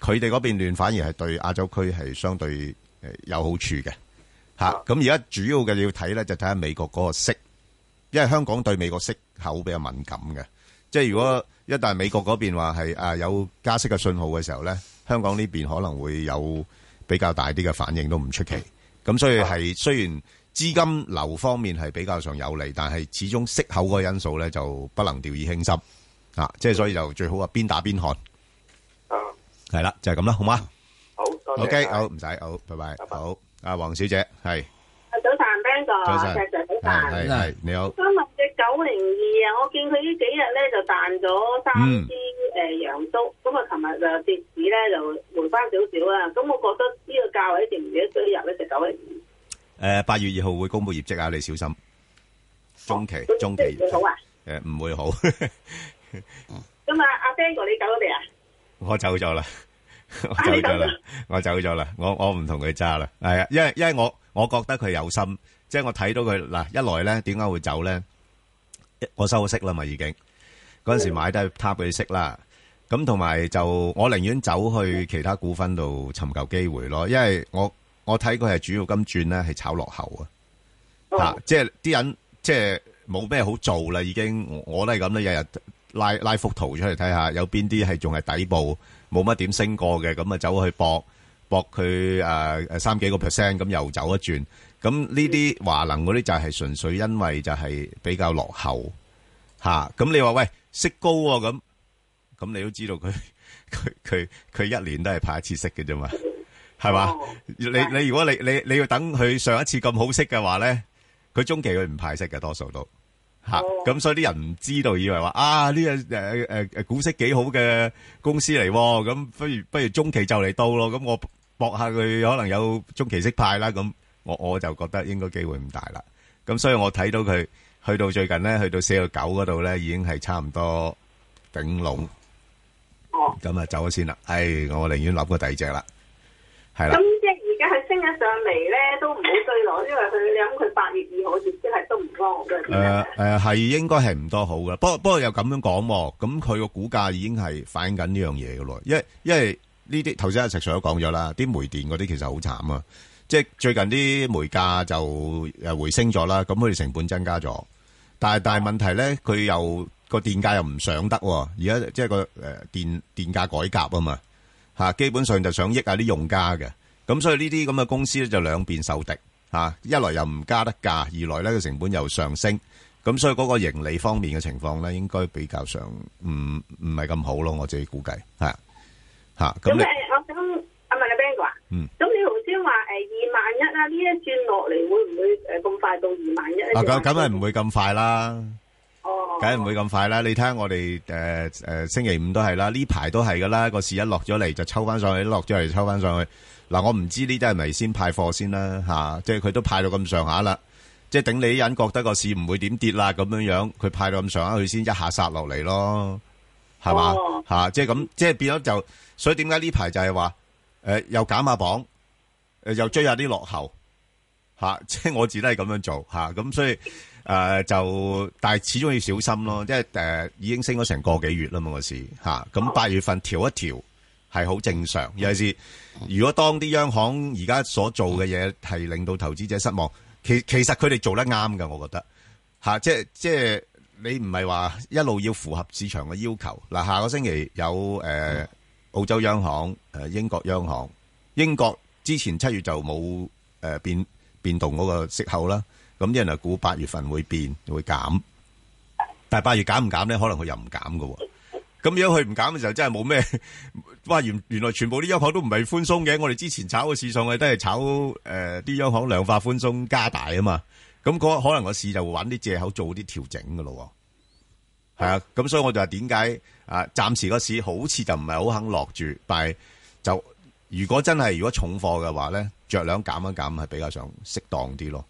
[SPEAKER 1] 佢哋嗰邊亂反而係對亞洲區係相對誒有好處嘅嚇。咁而家主要嘅要睇咧，就睇下美國嗰個息，因為香港對美國息口比較敏感嘅。即係如果一旦美國嗰邊話係啊有加息嘅信號嘅時候咧，香港呢邊可能會有比較大啲嘅反應都唔出奇。咁所以係雖然資金流方面係比較上有利，但係始終息口嗰個因素咧就不能掉以輕心啊！即係所以就最好啊邊打邊看。
[SPEAKER 6] 啊，
[SPEAKER 1] 系啦，就系咁啦，好嘛
[SPEAKER 6] 好多謝啊
[SPEAKER 1] ？OK，
[SPEAKER 6] 晒
[SPEAKER 1] 好，唔使，好，拜拜
[SPEAKER 6] 拜，拜
[SPEAKER 1] 好。阿黃小姐，係
[SPEAKER 7] 早晨，Ben 哥，
[SPEAKER 1] 早晨
[SPEAKER 7] 石 Sir 早晨。
[SPEAKER 1] 係係係你好，
[SPEAKER 7] 今日只九零二啊，我見佢呢幾日咧就彈咗三
[SPEAKER 1] 嗯
[SPEAKER 7] 支誒陽燭，咁啊，琴日就跌市咧就回翻少少啦。咁我覺得呢個價位值唔值得追入咧？就九零
[SPEAKER 1] 诶，八月二號會公布業績啊，你小心。中期
[SPEAKER 7] 二，
[SPEAKER 1] 中期業
[SPEAKER 7] 你好
[SPEAKER 1] 績，
[SPEAKER 7] 啊！
[SPEAKER 1] 诶，唔會好，
[SPEAKER 7] 咁啊，阿 Ben 哥你走咗未啊？
[SPEAKER 1] 我走咗啦，我走咗啦，我走咗啦，我我唔同佢揸啦，係啊，因為因为我我觉得佢有心，即係我睇到佢嗱，一來咧點解會走咧？我收息啦嘛，已經嗰陣時買低貪佢息啦。咁同埋就我寧願走去其他股份度尋求機會咯，因為我我睇佢係主要金轉咧係炒落後啊，
[SPEAKER 7] 哦
[SPEAKER 1] 嚇、即係啲人即係冇咩好做啦，已經我我都係咁啦，日日拉拉幅圖出嚟睇下有邊啲係仲係底部冇乜點升過嘅，咁啊走去搏搏佢誒誒三幾個 percent，咁又走一轉。咁呢啲華能嗰啲就係純粹因為就係比較落後嚇，咁、你話喂息高喎、咁。咁你都知道佢佢佢佢一年都係派一次息嘅啫嘛，係嘛？
[SPEAKER 7] 哦
[SPEAKER 1] 你你如果你你你要等佢上一次咁好息嘅話咧，佢中期佢唔派息嘅多數都吓，咁、所以啲人唔知道以為話啊呢、個个诶诶诶股息幾好嘅公司嚟喎，咁不如不如中期就嚟到咯，咁我搏下佢可能有中期息派啦，咁我我就覺得應該機會唔大啦。咁所以我睇到佢去到最近咧，去到四個九嗰度咧，已經係差唔多頂籠。
[SPEAKER 7] 哦，
[SPEAKER 1] 咁啊走咗先啦。唉，我寧願諗個第二隻啦，係
[SPEAKER 7] 咁
[SPEAKER 1] 啦，
[SPEAKER 7] 即係而家佢升咗上嚟咧，都唔好追落，因為佢你諗佢八月二號業績係都唔安好
[SPEAKER 1] 诶
[SPEAKER 7] 嘅。
[SPEAKER 1] 诶系应该系唔多好噶。不過不過又咁樣講喎，咁佢個股價已經係反映緊呢樣嘢噶咯。因為因为呢啲頭先阿石 Sir 都講咗啦，啲煤電嗰啲其實好慘啊。即係最近啲煤價就诶回升咗啦，咁佢哋成本增加咗，但係但系问题咧，佢又個電價又唔上得喎，而家即係個呃诶电电价改革啊嘛。吓，基本上就想益下啲用家嘅。咁所以呢啲咁嘅公司咧就兩邊受敵吓、一來又唔加得價，二來咧個成本又上升。咁所以嗰個盈利方面嘅情況咧，應該比較上唔唔係咁好咯，我自己估計係啊吓。咁、
[SPEAKER 7] 咁誒，
[SPEAKER 1] 你
[SPEAKER 7] 我想阿問阿 Ben 哥啊，
[SPEAKER 1] 嗯
[SPEAKER 7] 咁你頭先話誒二萬一啊，呢一轉落嚟會唔會誒咁快到二萬一？
[SPEAKER 1] 啊咁梗係唔會咁快啦，
[SPEAKER 7] 哦，
[SPEAKER 1] 梗係唔會咁快啦。你睇下我哋诶诶星期五都係啦，呢排都係噶啦，個市一落咗嚟就抽翻上去，一落咗嚟就抽翻上去。嗱，我唔知呢啲係咪先派貨先啦吓、即係佢都派到咁上下啦。即係頂你啲人覺得個市唔會點跌啦，咁樣樣佢派到咁上下，佢先一下殺落嚟咯，係嘛
[SPEAKER 7] 哦
[SPEAKER 1] 吓？即係咁，即係變咗就，所以點解呢排就係話诶又減下磅， 诶、又追下啲落後吓、即係我自己都係咁樣做吓，咁、所以诶就但係始終要小心咯，即係诶已經升咗成個幾月啦嘛個市吓，咁八月份調一調係好正常，尤其是如果當啲央行而家所做嘅嘢係令到投資者失望，其其實佢哋做得啱嘅，我覺得吓、即係即係你唔係話一路要符合市場嘅要求嗱、下個星期有诶、呃澳洲央行诶、呃英國央行。英國之前七月就冇誒、呃、變變動嗰個息口啦，咁啲人就估八月份會變會減，但係八月減唔減咧？可能佢又唔減嘅喎。咁如果佢唔減嘅時候，真係冇咩 哇！原原來全部啲央行都唔係寬鬆嘅，我哋之前炒個市上去都係炒誒啲、央行量化寬鬆加大啊嘛，咁嗰可能個市就會揾啲藉口做啲調整嘅咯喎。系啊，咁所以我就話點解啊？暫時個市好似就唔係好肯落住，但係就如果真係如果重貨嘅話咧，着量減一減係比較上適當啲咯。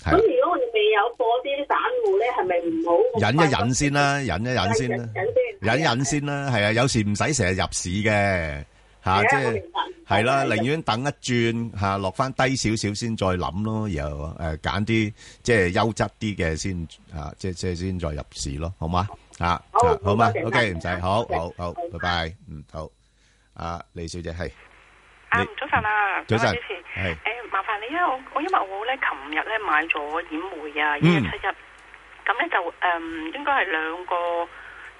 [SPEAKER 1] 係
[SPEAKER 7] 咁
[SPEAKER 1] 啊
[SPEAKER 7] 如果我哋未有貨啲散户咧，係咪唔好
[SPEAKER 1] 忍一忍先？啦，忍一忍先啦，
[SPEAKER 7] 忍先
[SPEAKER 1] 忍一忍先啦。係啊，有時唔使成日入市嘅吓，
[SPEAKER 7] 係啊
[SPEAKER 1] 即
[SPEAKER 7] 我
[SPEAKER 1] 係
[SPEAKER 7] 明白
[SPEAKER 1] 係啦，
[SPEAKER 7] 係
[SPEAKER 1] 寧願等一轉吓，落翻低少少先再諗咯，然後诶揀啲即係優質啲嘅先吓，即係即係先再入市咯，好嘛？啊，
[SPEAKER 7] 好
[SPEAKER 1] 啊好嘛
[SPEAKER 7] 多謝
[SPEAKER 1] ，OK，
[SPEAKER 7] 晒
[SPEAKER 1] 唔使，好
[SPEAKER 7] 多謝
[SPEAKER 1] 好好
[SPEAKER 7] 好，
[SPEAKER 1] 拜拜，嗯，好。啊，李小姐係
[SPEAKER 5] 啊
[SPEAKER 1] 你，
[SPEAKER 5] 早晨啊，
[SPEAKER 1] 早晨
[SPEAKER 5] 兩位主持
[SPEAKER 1] 係
[SPEAKER 5] 誒，麻煩你啊，我我因為我咧，琴日咧買咗演匯啊，一
[SPEAKER 1] 嗯
[SPEAKER 5] 一七一，咁咧就誒、應該係兩個，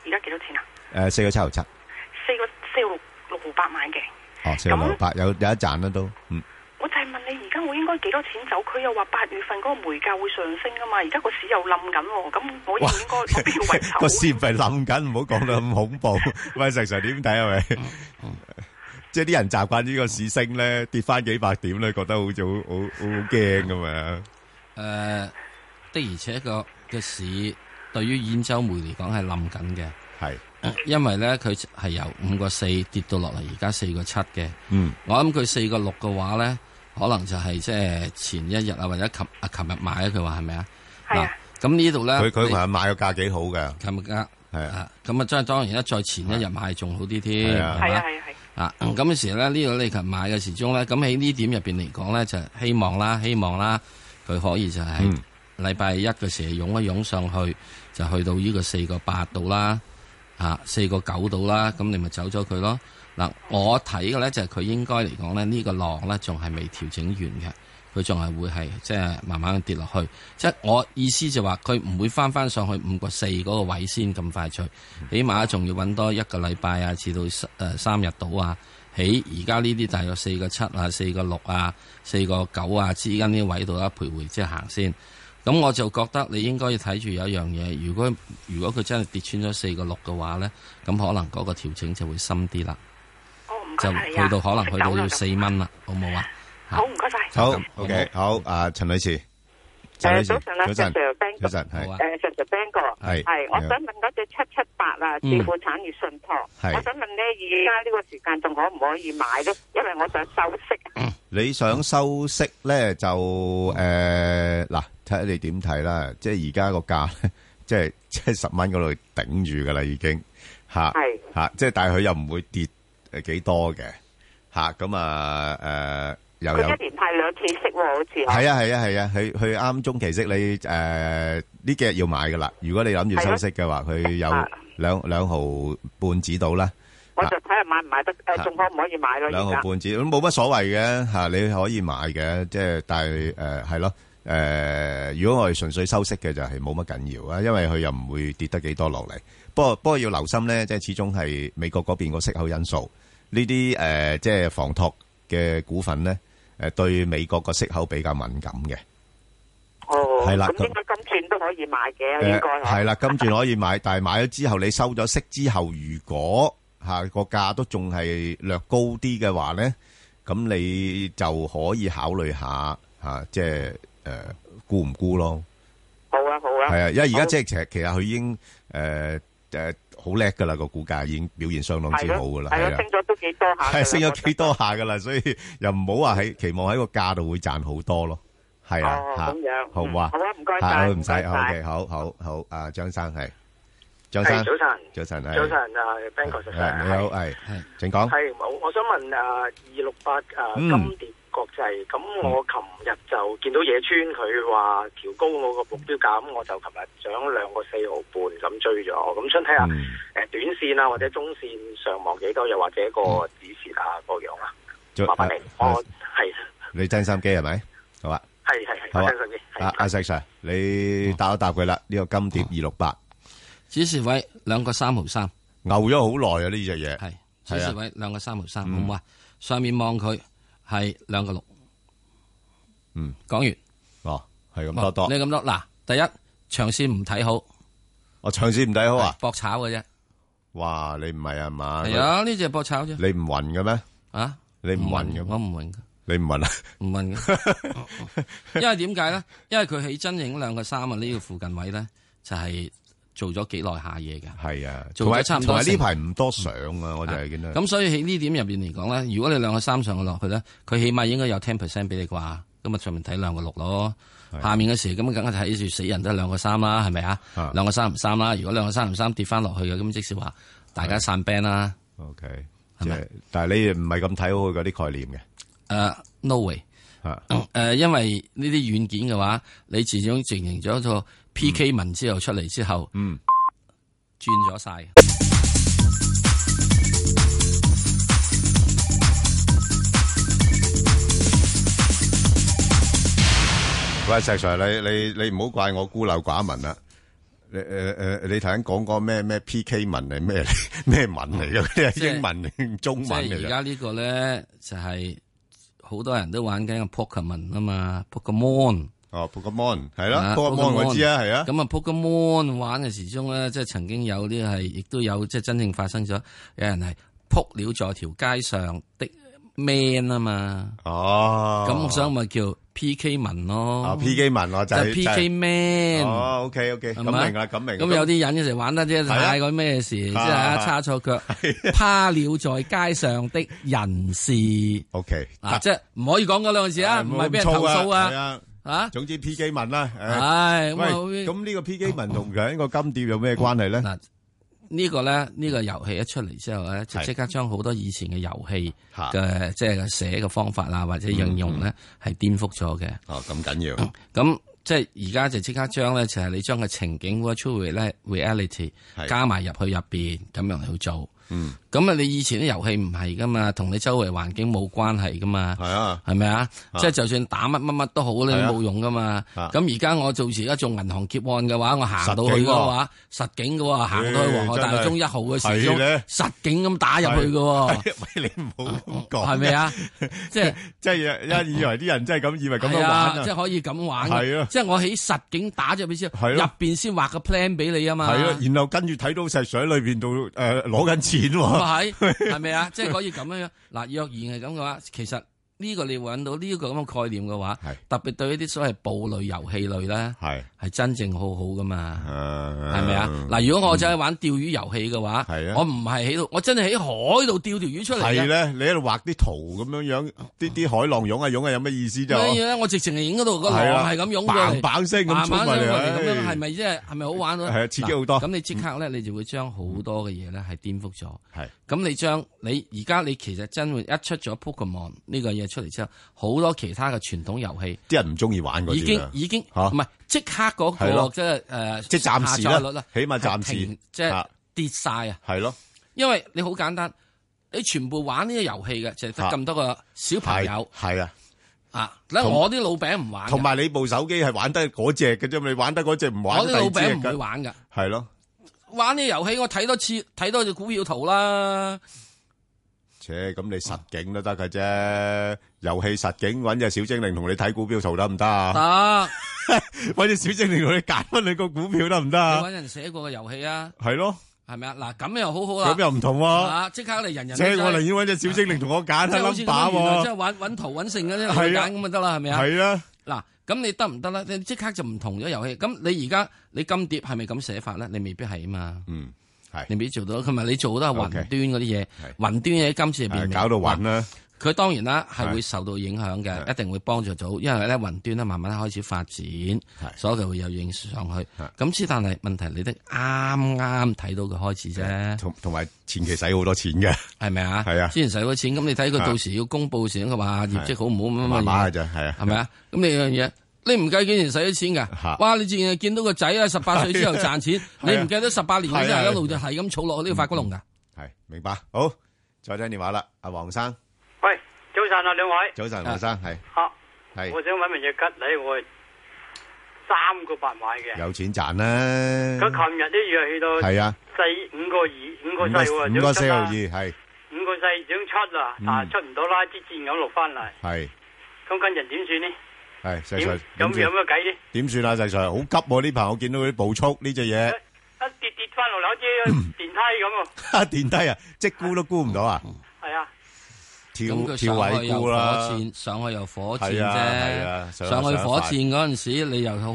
[SPEAKER 5] 而家幾多錢啊？
[SPEAKER 1] 诶四個七毫七，
[SPEAKER 5] 四個四個六六毫八買嘅。
[SPEAKER 1] 哦，四個六毫八，有有一賺啦都，嗯。
[SPEAKER 5] 我就係問你而家我應該幾多錢走？佢又話八月份嗰個煤價會上升啊嘛，而家個市又冧緊喎，咁我應唔應該我邊 個位走？
[SPEAKER 1] 個市唔係冧緊，唔好講到咁恐怖。喂，石 Sir 點睇係咪？即係啲人習慣呢個市升咧，跌翻幾百點咧，覺得好似好好好驚咁嘛。
[SPEAKER 2] 诶、呃的而且個嘅市對於兗州煤嚟講係冧緊嘅。
[SPEAKER 1] 係，
[SPEAKER 2] 因為咧佢係由五個四跌到落嚟，而家四個七嘅。
[SPEAKER 1] 嗯，
[SPEAKER 2] 我諗佢四個六嘅話咧，可能就係即係前一日啊，或者琴啊琴日買啊，佢話係咪啊？
[SPEAKER 5] 係啊，
[SPEAKER 2] 咁呢度咧，
[SPEAKER 1] 佢佢
[SPEAKER 2] 你
[SPEAKER 1] 話買個價幾好㗎，
[SPEAKER 2] 琴日啊，
[SPEAKER 1] 係啊
[SPEAKER 2] 啊，咁啊，即係當然啦，再前一日買仲好啲添，
[SPEAKER 1] 係啊
[SPEAKER 5] 係
[SPEAKER 2] 咪
[SPEAKER 5] 啊係啊係啊。
[SPEAKER 2] 啊，咁嘅時咧，呢個你琴買嘅時鐘咧，咁喺呢點入邊嚟講咧，就希望啦，希望啦，佢可以就係
[SPEAKER 1] 嗯
[SPEAKER 2] 禮拜一嘅時候湧一湧上去，就去到呢個四個八度啦，啊四個九度啦，咁你咪走咗佢咯。嗱，我睇嘅咧就係佢應該嚟講咧，呢、個浪咧仲係未調整完嘅，佢仲係會係即係慢慢跌落去。即係我意思就話佢唔會翻翻上去五個四嗰個位先咁快脆，起碼仲要揾多一個禮拜啊，至到誒、呃三日到啊。喺而家呢啲大約四個七啊、四個六啊、四個九啊之間呢啲位度啦，徘徊即係行先。咁我就覺得你應該要睇住有一樣嘢，如果如果佢真係跌穿咗四個六嘅話咧，咁可能嗰個調整就會深啲啦。
[SPEAKER 5] 哦，唔該
[SPEAKER 2] 就
[SPEAKER 5] 晒你
[SPEAKER 2] 去
[SPEAKER 5] 啊
[SPEAKER 2] 到可能去到
[SPEAKER 5] 我
[SPEAKER 2] 要
[SPEAKER 5] 識
[SPEAKER 2] 四
[SPEAKER 5] 走啦
[SPEAKER 2] 蚊啦，好冇啊？
[SPEAKER 5] 咁好，唔該晒。
[SPEAKER 1] 好
[SPEAKER 2] 嗯
[SPEAKER 1] ，OK，好，啊，陳女士，陳女
[SPEAKER 8] 誒，
[SPEAKER 1] 士
[SPEAKER 8] 早晨啦，石
[SPEAKER 1] 早晨，
[SPEAKER 8] Sir Ben
[SPEAKER 1] 早
[SPEAKER 8] 哥，
[SPEAKER 1] 晨，係
[SPEAKER 2] 好啊
[SPEAKER 8] 誒石 Sir Ben 哥，
[SPEAKER 1] 係
[SPEAKER 8] 係，我想問嗰只七七八啊，置
[SPEAKER 2] 嗯
[SPEAKER 8] 富產業信託，
[SPEAKER 1] 係
[SPEAKER 8] 我想問咧，而家呢個時間仲可唔可以買咧？因為我想收息啊，
[SPEAKER 1] 你想收息咧就诶嗱，睇、下你點睇啦。即係而家個價咧，即係即系十蚊嗰度頂住噶啦，已經吓
[SPEAKER 8] 係
[SPEAKER 1] 吓。即係但係佢又唔會跌诶几多嘅吓。咁啊诶又有
[SPEAKER 8] 佢一年派兩次息喎，好似
[SPEAKER 1] 係啊係啊係啊，佢佢啱中期息你诶呢幾日要買噶啦。如果你諗住收息嘅話，佢有
[SPEAKER 8] 啊
[SPEAKER 1] 兩兩毫半指到啦。
[SPEAKER 8] 我就睇下買唔買得，
[SPEAKER 1] 啊
[SPEAKER 8] 誒仲可唔可以買咯？
[SPEAKER 1] 兩毫
[SPEAKER 8] 而家
[SPEAKER 1] 半紙咁冇乜所謂嘅嚇，你可以買嘅，即係但係誒係咯誒，如果我哋純粹收息嘅就係冇乜緊要啊，因為佢又唔會跌得幾多落嚟。不過不過要留心咧，即係始終係美國嗰邊個息口因素，呢啲誒即係房託嘅股份咧誒對美國個息口比較敏感嘅。
[SPEAKER 8] 哦，
[SPEAKER 1] 係啦咁
[SPEAKER 8] 咁應該金轉都可以買嘅，應該
[SPEAKER 1] 誒係啦，跟住可以買，但係買咗之後，你收咗息之後，如果嚇個價都仲係略高啲嘅話咧，咁你就可以考慮下嚇，即係誒沽唔沽咯？
[SPEAKER 8] 好啊好啊，
[SPEAKER 1] 係啊，因為而家
[SPEAKER 8] 好
[SPEAKER 1] 即係其實其實佢已經誒誒好叻噶啦，個股價已經表現相當
[SPEAKER 8] 係
[SPEAKER 1] 之
[SPEAKER 8] 咯
[SPEAKER 1] 好噶啦，
[SPEAKER 8] 係
[SPEAKER 1] 係
[SPEAKER 8] 咯，
[SPEAKER 1] 啊
[SPEAKER 8] 升。咗都幾多下㗎啦，
[SPEAKER 1] 係升
[SPEAKER 8] 我覺
[SPEAKER 1] 咗
[SPEAKER 8] 得
[SPEAKER 1] 幾多下噶啦，所以又唔好話喺期望喺個價度會賺好多咯，係啊
[SPEAKER 8] 哦
[SPEAKER 1] 嚇
[SPEAKER 8] 咁樣
[SPEAKER 1] 好唔好啊？
[SPEAKER 8] 嗯好啊唔該晒
[SPEAKER 1] 係好唔使
[SPEAKER 8] 唔該晒
[SPEAKER 1] Ừ, ，OK，好好好，啊張生係張
[SPEAKER 6] 係
[SPEAKER 1] 生，
[SPEAKER 6] 早晨，
[SPEAKER 1] 早晨係
[SPEAKER 6] 早晨啊，Ben 哥，
[SPEAKER 1] 係你好係，
[SPEAKER 2] 係
[SPEAKER 1] 請講，
[SPEAKER 6] 係我我想問啊，二六八啊
[SPEAKER 1] 嗯
[SPEAKER 6] 金蝶
[SPEAKER 9] 國際。咁我琴日就見到野村佢話調高我個目標價，咁我就琴日漲兩個四毫半咁追咗。咁想睇下誒
[SPEAKER 1] 嗯
[SPEAKER 9] 短線啊，或者中線上望幾多，又或者個指示啊個樣啊。
[SPEAKER 1] 再-
[SPEAKER 9] 麻煩你，我
[SPEAKER 1] 啊，
[SPEAKER 9] 係
[SPEAKER 1] 你真心機係咪？好啊。
[SPEAKER 9] 係係係，
[SPEAKER 1] 好啊
[SPEAKER 9] 我聽手機。係
[SPEAKER 1] 啊，阿石 Sir，你答一答佢啦。呢個金蝶二六八
[SPEAKER 2] 指示位兩個三毫三，
[SPEAKER 1] 牛咗好耐啊，呢只嘢。
[SPEAKER 2] 係
[SPEAKER 1] 係啊
[SPEAKER 2] 指示位兩個三毫三，好唔好啊？上面望佢係兩個六。
[SPEAKER 1] 嗯，
[SPEAKER 2] 講完。
[SPEAKER 1] 哦，係咁多多
[SPEAKER 2] 你。咁多嗱，第一長線唔睇好，
[SPEAKER 1] 我長線唔睇好啊！
[SPEAKER 2] 搏炒嘅啫。
[SPEAKER 1] 哇，你唔係啊嘛？
[SPEAKER 2] 係啊，呢只搏炒啫。
[SPEAKER 1] 你唔暈嘅咩？
[SPEAKER 2] 啊，
[SPEAKER 1] 你唔暈嘅
[SPEAKER 2] 我
[SPEAKER 1] 咩？
[SPEAKER 2] 唔暈㗎
[SPEAKER 1] 你唔暈啊？
[SPEAKER 2] 唔問嘅， 因為點解咧？因為佢起真影兩個三啊，呢個附近位咧就係做咗幾耐下嘢㗎。
[SPEAKER 1] 係啊，
[SPEAKER 2] 做
[SPEAKER 1] 同埋
[SPEAKER 2] 咗差唔多
[SPEAKER 1] 同埋呢
[SPEAKER 2] 成
[SPEAKER 1] 排唔多相啊，我就係見到。
[SPEAKER 2] 咁所以喺呢點入邊嚟講咧，如果你兩個三上去落去咧，佢起碼應該有 ten percent 俾你啩。咁啊，上面睇兩個六咯，下面嘅時咁啊梗係睇住死人都係兩個三啦，係咪啊
[SPEAKER 1] 啊？
[SPEAKER 2] 兩個三唔三啦，如果兩個三唔三跌翻落去嘅，咁即使話大家散 band 啦。
[SPEAKER 1] OK，
[SPEAKER 2] 係咪
[SPEAKER 1] 即係但係你唔係咁睇好佢嗰啲概念嘅
[SPEAKER 2] 誒，no 呃 way。
[SPEAKER 1] 嚇。
[SPEAKER 2] 誒、因為呢啲軟件嘅話，你始終形成咗一個 PK 文之後出嚟之後，
[SPEAKER 1] 嗯，
[SPEAKER 2] 轉咗晒。
[SPEAKER 1] 喂，石 Sir，你你你唔好怪我孤陋寡聞啦。你誒誒，你頭先講嗰咩咩 PK 文係咩嚟 咩文嚟嘅？嗰啲
[SPEAKER 2] 即係
[SPEAKER 1] 係 英文定中文
[SPEAKER 2] 即
[SPEAKER 1] 嚟
[SPEAKER 2] 係而
[SPEAKER 1] 嘅？
[SPEAKER 2] 家呢個咧，就係、好多人都玩緊個 Pokemon 啊嘛，Pokemon
[SPEAKER 1] 哦，Pokemon 係啦
[SPEAKER 2] 啊
[SPEAKER 1] ，Pokemon 我知啊，係啊。
[SPEAKER 2] 咁啊，Pokemon 玩嘅時鐘咧，即係曾經有啲係，亦都有即係真正發生咗，有人係撲了在條街上的 man 啊嘛。
[SPEAKER 1] 哦，
[SPEAKER 2] 咁我想咪叫 PK 文咯。
[SPEAKER 1] 啊 PK 文我就
[SPEAKER 2] 就
[SPEAKER 1] 係
[SPEAKER 2] 係 PK
[SPEAKER 1] 就係
[SPEAKER 2] man。
[SPEAKER 1] 哦，OK OK，咁
[SPEAKER 2] 係咪
[SPEAKER 1] 明啦，咁明啦。
[SPEAKER 2] 咁有啲人嘅時玩得啫，
[SPEAKER 1] 係啊
[SPEAKER 2] 太過咩事，即係
[SPEAKER 1] 啊
[SPEAKER 2] 啊
[SPEAKER 1] 啊
[SPEAKER 2] 叉錯 腳，趴了在街上的人士
[SPEAKER 1] OK
[SPEAKER 2] 啊，即係唔可以講嗰兩個字啊，唔係俾人投訴
[SPEAKER 1] 係
[SPEAKER 2] 啊，
[SPEAKER 1] 啊，
[SPEAKER 2] 啊，
[SPEAKER 1] 總之 PK 文啦。誒
[SPEAKER 2] 唉，咁啊
[SPEAKER 1] 喂，咁呢個 PK 文同緊個金碟有咩關係咧？
[SPEAKER 2] 嗱呢個咧，呢個遊戲一出嚟之後咧，
[SPEAKER 1] 係
[SPEAKER 2] 就
[SPEAKER 1] 啊
[SPEAKER 2] 即刻將好多以前嘅遊戲
[SPEAKER 1] 嚇
[SPEAKER 2] 嘅即係寫嘅方法啊，或者應用
[SPEAKER 1] 嗯
[SPEAKER 2] 咧係顛覆咗嘅。
[SPEAKER 1] 哦，咁緊要。
[SPEAKER 2] 咁即係而家就即刻將咧，就係你將個情景 virtual 咧 reality
[SPEAKER 1] 係
[SPEAKER 2] 加埋入去入邊，咁樣嚟去做。
[SPEAKER 1] 嗯，
[SPEAKER 2] 咁啊，你以前啲遊戲唔係噶嘛，同你周圍環境冇關係噶嘛。
[SPEAKER 1] 係啊，
[SPEAKER 2] 係咪啊？
[SPEAKER 1] 啊
[SPEAKER 2] 即係就算打乜乜乜都好咧，
[SPEAKER 1] 係啊
[SPEAKER 2] 都冇用噶嘛。
[SPEAKER 1] 啊
[SPEAKER 2] 咁而家我做時而家做銀行劫案嘅話，我行到去
[SPEAKER 1] 實景
[SPEAKER 2] 嘅
[SPEAKER 1] 喎
[SPEAKER 2] 話，實景嘅喎，行到去
[SPEAKER 1] 咦
[SPEAKER 2] 皇后大道
[SPEAKER 1] 真係
[SPEAKER 2] 中一號嘅時
[SPEAKER 1] 係咧
[SPEAKER 2] 鐘，實景咁打入去嘅喎，
[SPEAKER 1] 喂，你唔好咁講，
[SPEAKER 2] 係咪？ 啊？即係
[SPEAKER 1] 即係一以為啲人真係咁以為咁樣
[SPEAKER 2] 係
[SPEAKER 1] 玩
[SPEAKER 2] 啊，
[SPEAKER 1] 啊
[SPEAKER 2] 即。係可以咁玩嘅。
[SPEAKER 1] 係啊
[SPEAKER 2] 即係我喺實景打咗俾先，
[SPEAKER 1] 係
[SPEAKER 2] 入
[SPEAKER 1] 咯
[SPEAKER 2] 邊先畫個 plan 俾你啊嘛。
[SPEAKER 1] 係啊，然後跟住睇到石水裏邊度誒攞緊錢
[SPEAKER 2] 咁
[SPEAKER 1] 喎。
[SPEAKER 2] 啊係， 係咪啊？即係可以咁樣樣。嗱，若然係咁嘅話，其實呢個你揾到呢個咁嘅概念嘅話
[SPEAKER 1] 係，
[SPEAKER 2] 特別對呢啲所謂暴類遊戲類咧，
[SPEAKER 1] 係，
[SPEAKER 2] 係真正好好噶嘛。
[SPEAKER 1] 係
[SPEAKER 2] 係咪啊？嗱，如果我走去玩釣魚遊戲嘅話，
[SPEAKER 1] 係啊
[SPEAKER 2] 我唔係喺度，我真係喺海度釣條魚出嚟
[SPEAKER 1] 係
[SPEAKER 2] 嘅。
[SPEAKER 1] 咧，你喺度畫啲圖咁樣樣，啲啲海浪湧啊湧啊，有咩意思啫？
[SPEAKER 2] 所以咧，我直情係影嗰度個浪
[SPEAKER 1] 係啊
[SPEAKER 2] 係咁湧過
[SPEAKER 1] 砰
[SPEAKER 2] 嚟，
[SPEAKER 1] 砰聲咁
[SPEAKER 2] 砰砰
[SPEAKER 1] 衝過嚟
[SPEAKER 2] 聲咁
[SPEAKER 1] 唉
[SPEAKER 2] 樣係咪即係係咪好玩咧？
[SPEAKER 1] 係啊刺激好多
[SPEAKER 2] 嗱咁你即刻咧，你就會將好多嘅嘢咧係顛覆咗。
[SPEAKER 1] 係
[SPEAKER 2] 咁你將你而家你其實真會一出咗 Pokemon 呢個嘢出嚟之後，好多其他嘅傳統遊戲
[SPEAKER 1] 啲人唔中意玩嗰
[SPEAKER 2] 已
[SPEAKER 1] 啲
[SPEAKER 2] 經
[SPEAKER 1] 啊
[SPEAKER 2] 已經
[SPEAKER 1] 嚇
[SPEAKER 2] 唔係即刻嗰
[SPEAKER 1] 係
[SPEAKER 2] 個
[SPEAKER 1] 咯
[SPEAKER 2] 即係誒
[SPEAKER 1] 即係暫時啦
[SPEAKER 2] 下載率啦，
[SPEAKER 1] 起碼暫時
[SPEAKER 2] 係停即
[SPEAKER 1] 嚇
[SPEAKER 2] 係跌晒啊！
[SPEAKER 1] 係咯，
[SPEAKER 2] 因為你好簡單，你全部玩呢個遊戲嘅就係得咁多個小朋友
[SPEAKER 1] 係啊，
[SPEAKER 2] 啊！嗱，
[SPEAKER 1] 同
[SPEAKER 2] 我啲老餅唔玩嘅，
[SPEAKER 1] 同埋你部手機係玩得嗰只嘅啫嘛，你玩得嗰只唔玩
[SPEAKER 2] 我啲
[SPEAKER 1] 得
[SPEAKER 2] 老
[SPEAKER 1] 第二隻
[SPEAKER 2] 餅唔會
[SPEAKER 1] 嘅，
[SPEAKER 2] 玩噶。
[SPEAKER 1] 係咯，
[SPEAKER 2] 玩呢個遊戲，我睇多次，睇多隻股票圖啦。
[SPEAKER 1] 切咁你實景都得嘅啫，遊戲實景揾只小精靈同你睇股票圖得唔得
[SPEAKER 2] 得、
[SPEAKER 1] 啊？揾只小精靈同你揀翻你個股票得唔得
[SPEAKER 2] 你
[SPEAKER 1] 啊
[SPEAKER 2] 搵？人寫過嘅遊戲啊，
[SPEAKER 1] 係咯，
[SPEAKER 2] 係咪啊？嗱，咁又好好啦。
[SPEAKER 1] 咁又唔同喎，
[SPEAKER 2] 啊！即刻你人人
[SPEAKER 1] 即
[SPEAKER 2] 都
[SPEAKER 1] 係我寧
[SPEAKER 2] 即
[SPEAKER 1] 願揾只小精靈同我揀
[SPEAKER 2] 係好
[SPEAKER 1] 睇
[SPEAKER 2] 似
[SPEAKER 1] number
[SPEAKER 2] 咁樣原來即
[SPEAKER 1] 喎，
[SPEAKER 2] 係揾揾圖揾成嗰啲
[SPEAKER 1] 係
[SPEAKER 2] 嚟
[SPEAKER 1] 啊
[SPEAKER 2] 揀咁咪得啦，係咪啊？
[SPEAKER 1] 係啦，
[SPEAKER 2] 嗱，咁你得唔得啦？你即刻就唔同咗遊戲。咁你而家你金碟係咪咁寫法咧？你未必係啊嘛。
[SPEAKER 1] 嗯，係
[SPEAKER 2] 你未必做到。同埋你做都係雲
[SPEAKER 1] OK
[SPEAKER 2] 端嗰啲嘢，雲端嘅今次入邊
[SPEAKER 1] 係搞到暈啦，
[SPEAKER 2] 佢當然啦，係
[SPEAKER 1] 係
[SPEAKER 2] 會受到影響
[SPEAKER 1] 係
[SPEAKER 2] 嘅，一定會幫助到，因為咧雲端咧慢慢開始發展，所以佢會有影上去
[SPEAKER 1] 係。
[SPEAKER 2] 咁之但係問題，你都啱啱睇到佢開始啫，
[SPEAKER 1] 同同埋前期使好多錢嘅，
[SPEAKER 2] 係咪啊？
[SPEAKER 1] 係啊
[SPEAKER 2] 之前使咗錢，咁你睇佢
[SPEAKER 1] 係
[SPEAKER 2] 到時要公佈時，佢話業績好唔好咁
[SPEAKER 1] 麻
[SPEAKER 2] 樣
[SPEAKER 1] 麻嘅啫，係啊，
[SPEAKER 2] 係咪啊？咁你樣嘢，你唔計幾年使咗錢
[SPEAKER 1] 嚇
[SPEAKER 2] 㗎？哇！你自然係見到個仔啊，十八歲之後賺錢，你唔計得十八年
[SPEAKER 1] 係啊嗯
[SPEAKER 2] 之
[SPEAKER 1] 係啊
[SPEAKER 2] 後一路就係咁儲落呢個發骨龍㗎。
[SPEAKER 1] 係明白。好，再聽電話啦，阿黃生，
[SPEAKER 10] 喂，早晨啊，兩位，
[SPEAKER 1] 早晨，黃生，係
[SPEAKER 10] 啊，我
[SPEAKER 1] 係
[SPEAKER 10] 想搵名嘢吉你，我係三個八買嘅，
[SPEAKER 1] 有錢賺啦，
[SPEAKER 10] 佢琴日呢月去到
[SPEAKER 1] 嗯係啊，
[SPEAKER 10] 四五個二，五個四喎，
[SPEAKER 1] 五個五個
[SPEAKER 10] 想
[SPEAKER 1] 四
[SPEAKER 10] 出
[SPEAKER 1] 毫
[SPEAKER 10] 啦
[SPEAKER 1] 二，，係
[SPEAKER 10] 五個四想出啦，啊
[SPEAKER 1] 嗯
[SPEAKER 10] 但係出唔到啦，支箭咁落翻嚟，
[SPEAKER 1] 係
[SPEAKER 10] 咁跟人點算呢？
[SPEAKER 1] 係，石
[SPEAKER 10] 點
[SPEAKER 1] Sir，點
[SPEAKER 10] 咁有
[SPEAKER 1] 算
[SPEAKER 10] 乜計呢？
[SPEAKER 1] 點算啊，石 Sir，好急喎！呢排我見到佢啲暴速呢只嘢。
[SPEAKER 10] 一跌跌翻落嚟，好
[SPEAKER 1] 嗯
[SPEAKER 10] 似電梯咁
[SPEAKER 1] 電
[SPEAKER 10] 喎，
[SPEAKER 1] 梯啊，即估都估唔到啊，
[SPEAKER 10] 係啊，
[SPEAKER 1] 跳
[SPEAKER 2] 咁佢
[SPEAKER 1] 跳
[SPEAKER 2] 上
[SPEAKER 1] 位
[SPEAKER 2] 去有
[SPEAKER 1] 估
[SPEAKER 2] 火
[SPEAKER 1] 啦，
[SPEAKER 2] 箭，上去有火箭
[SPEAKER 1] 係啊係啊
[SPEAKER 2] 啫。
[SPEAKER 1] 上
[SPEAKER 2] 上去
[SPEAKER 1] 上
[SPEAKER 2] 火
[SPEAKER 1] 快
[SPEAKER 2] 箭嗰陣時，你又好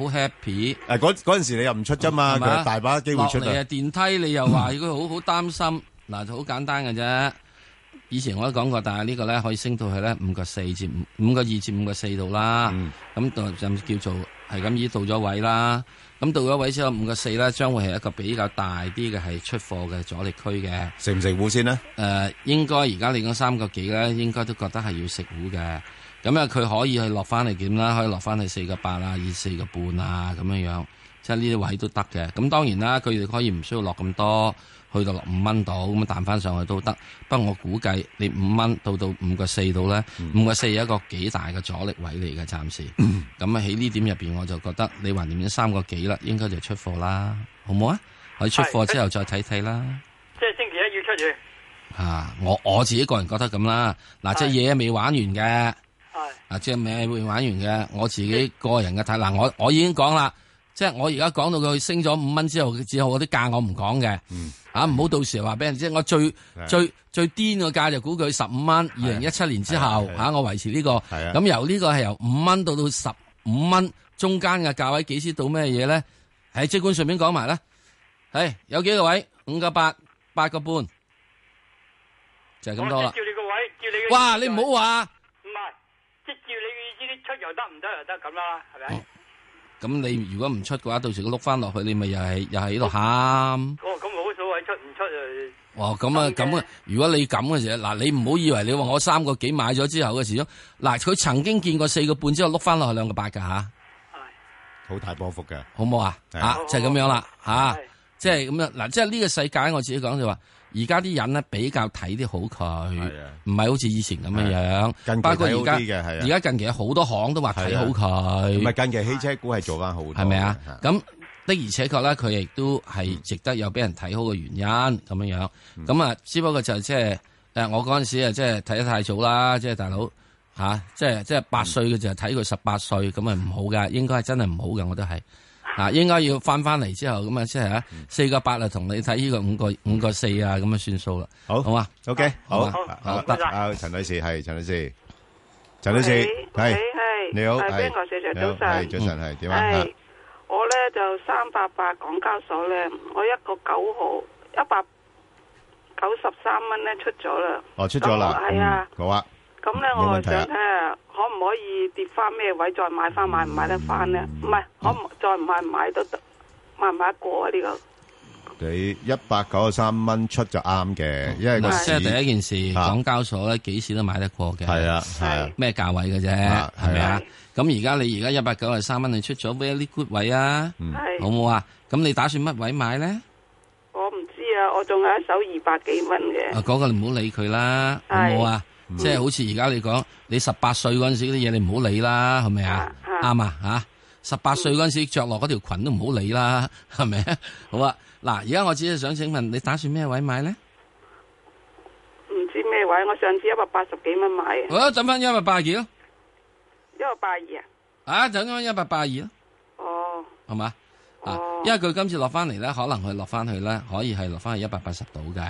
[SPEAKER 1] 誒
[SPEAKER 2] happy。
[SPEAKER 1] 嗰嗰陣時你又唔出啫嘛，
[SPEAKER 2] 係咪啊
[SPEAKER 1] 佢大把機會出
[SPEAKER 2] 落嚟啊！
[SPEAKER 1] 啊，
[SPEAKER 2] 電梯你又話 佢好好擔心，嗱就好簡單嘅啫。以前我都講過，但係呢個咧可以升到去咧五個四至五五個二至五個四度啦
[SPEAKER 1] 嗯。
[SPEAKER 2] 咁就就叫做係咁已到咗位啦。咁到咗位之後，五個四咧將會係一個比較大啲嘅係出貨嘅阻力區嘅。誒、
[SPEAKER 1] 食唔食糊先啦？
[SPEAKER 2] 呃應該而家你講三個幾咧，應該都覺得係要食糊嘅。咁啊，佢可以去落翻嚟點啦？可以落翻去四個八啊，二四個半啊，咁樣樣，即係呢啲位都得嘅。咁當然啦，佢哋可以唔需要落咁多，去到落五蚊度咁啊彈翻上去都得。不過我估計你五蚊到到五個四度咧，五個四有一個幾大嘅阻力位嚟嘅，暫時。咁啊喺呢點入邊，我就覺得你還掂咗三個幾啦，應該就出貨啦，好唔好啊？可以出貨之後再睇睇啦。
[SPEAKER 10] 即係星期一要出住，
[SPEAKER 2] 啊，我我自己個人覺得咁啦。嗱，即係嘢未玩完嘅。
[SPEAKER 10] 係
[SPEAKER 2] 啊，即係未會玩完嘅。我自己個人嘅睇，嗱，我我已經講啦，即係我而家講到佢升咗五蚊之後，之後嗰啲價我唔講嘅。
[SPEAKER 1] 嗯
[SPEAKER 2] 啊，唔好到時候話俾人知，我最
[SPEAKER 1] 係啊
[SPEAKER 2] 最最癲個價就估佢十五蚊。二零一七年之後
[SPEAKER 1] 係係
[SPEAKER 2] 嚇，我維持呢個。
[SPEAKER 1] 係啊
[SPEAKER 2] 咁由呢個係由五蚊到到十五蚊中間嘅價位，幾時到咩嘢咧？喺即管順便講埋啦。係有幾個位？五個八，八個半，就係咁多
[SPEAKER 10] 我
[SPEAKER 2] 啦
[SPEAKER 10] 即。叫你個位，叫你個
[SPEAKER 2] 哇！你唔好話。
[SPEAKER 10] 唔係，即係照你嘅意思，出又得，唔得又得咁啦，係
[SPEAKER 1] 哦
[SPEAKER 10] 咪？
[SPEAKER 2] 咁你如果唔出嘅話，到時佢碌翻落去，你咪又係又係喺度喊。
[SPEAKER 10] 哦，咁冇所謂，出唔出誒？
[SPEAKER 2] 哇！咁啊
[SPEAKER 10] 咁嘅
[SPEAKER 2] 咁啊，如果你咁嘅時候，嗱你唔好以為你話我三個幾買咗之後嘅時鐘，嗱佢曾經見過四個半之後碌翻落去兩個八㗎吓，
[SPEAKER 1] 好大波幅嘅，
[SPEAKER 2] 好唔好啊？
[SPEAKER 1] 係哦
[SPEAKER 2] 啊
[SPEAKER 10] 好
[SPEAKER 2] 就係咁樣啦吓
[SPEAKER 10] 係，
[SPEAKER 2] 即係咁樣嗱，即係呢個世界我自己講就話，而家啲人咧比較睇啲好佢
[SPEAKER 1] 係啊，
[SPEAKER 2] 唔係好似以前咁樣
[SPEAKER 1] 近
[SPEAKER 2] 樣。
[SPEAKER 1] 期
[SPEAKER 2] 包括而
[SPEAKER 1] 睇好
[SPEAKER 2] 家
[SPEAKER 1] 啲嘅係啊
[SPEAKER 2] 而家近期有好多行都話睇好佢
[SPEAKER 1] 唔。係近期汽車股係做翻好多，
[SPEAKER 2] 係咪啊？咁的而且確咧，佢亦都
[SPEAKER 1] 嗯
[SPEAKER 2] 係值得有俾人睇好嘅原因咁樣樣。咁啊，只不過就即係誒，我嗰陣時啊，即係睇得太早啦，即係大佬嚇，即係即係八歲嘅就睇佢十八歲，咁啊唔好噶，應該係真係唔好嘅，我都係。啊，應該要翻翻嚟之後咁啊，即係啊，
[SPEAKER 1] 嗯
[SPEAKER 2] 四個八啊，同你睇呢個五個五個四啊，咁啊算數啦。
[SPEAKER 1] 好
[SPEAKER 2] 好啊，
[SPEAKER 1] OK，好，À,
[SPEAKER 2] 好
[SPEAKER 1] 啊
[SPEAKER 2] 好
[SPEAKER 1] 得
[SPEAKER 2] 得
[SPEAKER 1] 啊，陳女士係陳女士，陳女士係你好，
[SPEAKER 5] à,
[SPEAKER 1] 係你好係早晨係點啊？
[SPEAKER 8] 系我咧就三八八港交所咧，我一個九號一百九十三蚊咧出咗啦。
[SPEAKER 1] 哦，出咗
[SPEAKER 5] Ờ,
[SPEAKER 1] 啦，
[SPEAKER 8] 係
[SPEAKER 5] à.
[SPEAKER 8] 啊，
[SPEAKER 1] 嗯好啊，
[SPEAKER 8] 咁咧
[SPEAKER 1] 冇
[SPEAKER 8] 我就
[SPEAKER 1] 問題啊
[SPEAKER 8] 想睇下可唔可以跌翻咩位再買翻，買唔買得翻咧？
[SPEAKER 1] 嗯
[SPEAKER 8] 唔係，可唔再唔買唔買都得，買唔買得過啊？呢個
[SPEAKER 1] 你一百九十三蚊出就啱嘅，因為個
[SPEAKER 2] 嗱，
[SPEAKER 1] 市
[SPEAKER 2] 即係第一件事，
[SPEAKER 1] 啊
[SPEAKER 2] 港交所咧幾時都買得過嘅。
[SPEAKER 1] 係啊係啊。
[SPEAKER 2] 咩價位嘅啫，
[SPEAKER 1] 啊
[SPEAKER 2] 係咪啊
[SPEAKER 8] 係？
[SPEAKER 2] 咁而家你而家一百九十三蚊，你出咗 very good 位啊，
[SPEAKER 8] 係
[SPEAKER 1] 哦
[SPEAKER 2] 好冇啊？咁你打算乜位買咧？
[SPEAKER 8] 我唔知啊，我仲有一手二百幾蚊嘅
[SPEAKER 2] 啊，。嗰個你唔好理佢啦，好
[SPEAKER 8] 係
[SPEAKER 2] 冇啊？即係好似而家你講，你十八歲嗰陣時嗰啲嘢你唔好理啦，係咪啊？
[SPEAKER 8] 啊
[SPEAKER 2] 啱啊，吓！十八歲嗰陣時着落嗰條裙都唔好理啦，係咪？好啊，嗱，而家我只係想請問你打算咩位買咧？
[SPEAKER 8] 唔知咩位，我上次一百八十幾蚊買嘅，
[SPEAKER 2] 好，啊等翻一百八二咯，
[SPEAKER 8] 一百八二啊，
[SPEAKER 2] 啊，等翻一百八二咯。
[SPEAKER 8] 哦，
[SPEAKER 2] 係嘛？啊
[SPEAKER 8] 哦，
[SPEAKER 2] 因為佢今次落翻嚟咧，可能佢落翻去咧，可以係落翻去一百八十度嘅，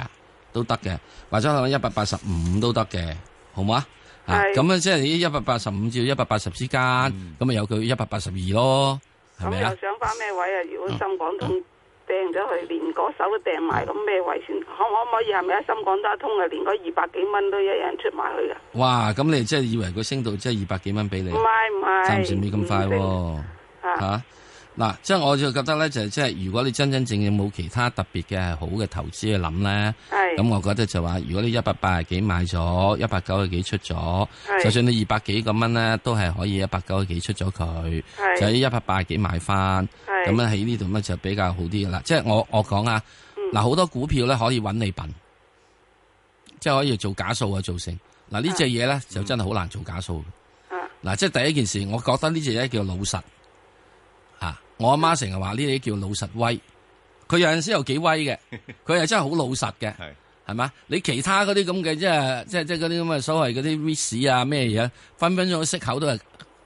[SPEAKER 2] 都得嘅，或者可能一百八十五都得嘅，好嘛？啊，
[SPEAKER 8] 係嗯
[SPEAKER 2] 咁啊，即係你一百八十五至一百八十之間，咁啊有佢一百八十二咯，係
[SPEAKER 8] 咁
[SPEAKER 2] 咪
[SPEAKER 8] 又
[SPEAKER 2] 啊？嗯
[SPEAKER 8] 想翻咩位啊？如果深港通掟咗佢，連嗰手都掟埋，咁咩為先？可可唔可以係咪喺深港都通啊？連嗰二百幾蚊都一樣出埋去㗎？啊
[SPEAKER 2] 哇！咁你真係以為佢升到即係二百幾蚊俾你？
[SPEAKER 8] 唔係唔係
[SPEAKER 2] 暫時未咁快喎、
[SPEAKER 8] 啊
[SPEAKER 2] 嚇嗱，即係我就覺得咧，就係即係如果你真真正正冇其他特別嘅好嘅投資去諗咧，
[SPEAKER 8] 係
[SPEAKER 2] 咁我覺得就話，如果你一百八十幾買咗，一百九十幾出咗，
[SPEAKER 8] 係
[SPEAKER 2] 就算你二百幾個蚊咧，都係可以一百九十幾出咗佢，
[SPEAKER 8] 係
[SPEAKER 2] 就喺一百八十幾買翻，
[SPEAKER 8] 係
[SPEAKER 2] 咁咧喺呢度咧就比較好啲啦。即係我我講啊，
[SPEAKER 8] 嗯
[SPEAKER 2] 嗱好多股票咧可以揾你笨，即係可以做假數啊，做成嗱呢只嘢咧就真係好難做假數嘅。
[SPEAKER 8] 啊
[SPEAKER 2] 嗱，即係第一件事，我覺得呢只嘢叫老實啊！我阿媽成日話呢啲叫老實威，佢有陣時又幾威 嘅，佢係真係好老實嘅，係嘛？你其他嗰啲咁嘅，即係即係即係嗰啲咁嘅所謂嗰啲 risk 啊咩嘢，分分鐘息口都係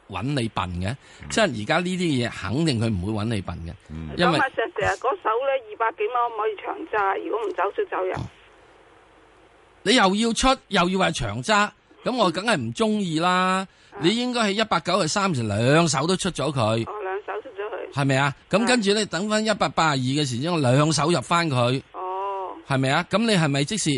[SPEAKER 2] 揾你笨嘅。即係而家呢啲嘢肯定佢唔會揾你笨嘅，因
[SPEAKER 8] 咁
[SPEAKER 2] 為
[SPEAKER 8] 啊，石 Sir 嗰手咧二百幾蚊可唔可以長揸？如果唔走出走入，
[SPEAKER 2] 你又要出又要話長揸，咁我梗係唔中意啦。你應該係一百九十三成兩手都出咗佢。
[SPEAKER 8] 我兩手出咗去。
[SPEAKER 2] 系咪啊？咁跟住咧，等翻一百八廿二嘅時鐘，兩手入翻佢，
[SPEAKER 8] 哦，
[SPEAKER 2] 係咪啊？咁你係咪即是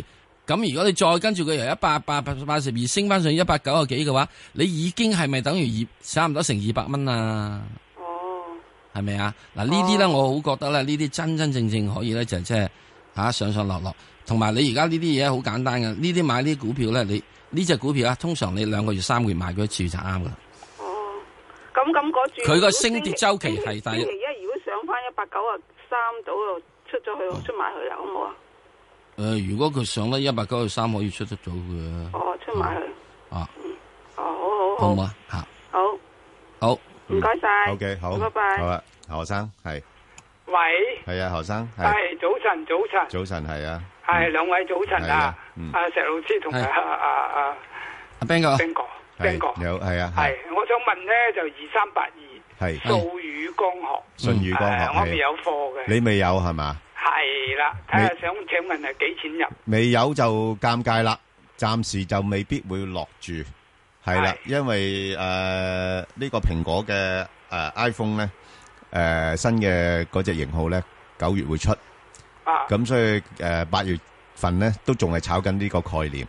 [SPEAKER 2] 咁？如果你再跟住佢由一百八八八十二升翻上一百九啊幾嘅話，你已經係咪等於二差唔多成二百蚊啊？
[SPEAKER 8] 哦，
[SPEAKER 2] 係咪啊？嗱呢啲咧，我好覺得咧，呢啲真真正正可以咧，就即係吓上上落落，同埋你而家呢啲嘢好簡單嘅，呢啲買呢啲股票咧，你呢只股票啊，通常你兩個月、三個月買佢一次就啱噶啦。
[SPEAKER 8] 哦咁咁嗰注
[SPEAKER 2] 佢個升跌周期係大嗯
[SPEAKER 8] 星期一如果上翻一百九啊三度度出咗去，出埋去啦，好冇啊？
[SPEAKER 2] 诶、呃如果佢上得一百九十三，可以出得到嘅。
[SPEAKER 8] 哦，出埋去。嗯
[SPEAKER 2] 啊，
[SPEAKER 8] 哦，
[SPEAKER 2] 好
[SPEAKER 8] 好好
[SPEAKER 2] 唔好
[SPEAKER 8] 好，
[SPEAKER 2] 啊？吓，
[SPEAKER 8] 好，
[SPEAKER 2] 好。
[SPEAKER 8] 唔該晒。
[SPEAKER 1] OK，好，
[SPEAKER 8] 拜拜。
[SPEAKER 1] 好啊，何生，係，係啊，何生，係，
[SPEAKER 10] 喂，系早晨，早晨，
[SPEAKER 1] 早晨，係啊，
[SPEAKER 10] 系兩位早晨啊
[SPEAKER 1] 係啊嗯！
[SPEAKER 10] 阿石老師同啊
[SPEAKER 2] 係
[SPEAKER 10] 阿阿阿
[SPEAKER 2] 阿 Ben 哥，
[SPEAKER 10] Ben 哥
[SPEAKER 1] 係，
[SPEAKER 10] ，Ben 哥，
[SPEAKER 1] 有，係啊，係，
[SPEAKER 10] 係，我想問咧就二三八二
[SPEAKER 1] 係，
[SPEAKER 10] 數宇光學，
[SPEAKER 1] 舜宇光學，
[SPEAKER 10] 誒我未
[SPEAKER 1] 係。
[SPEAKER 10] 有貨嘅，
[SPEAKER 1] 你未有係嘛？未有就尷尬啦，暫時就唔好諗住，
[SPEAKER 10] 係啦，睇下想請問係幾錢入？
[SPEAKER 1] 係啦，
[SPEAKER 10] 係。
[SPEAKER 1] 因為，誒，呢個蘋果嘅，誒，iPhone呢，誒，新嘅嗰隻型號呢，9月會出，
[SPEAKER 10] 啊，
[SPEAKER 1] 咁所以誒八、月份咧都仲係炒緊呢個概念，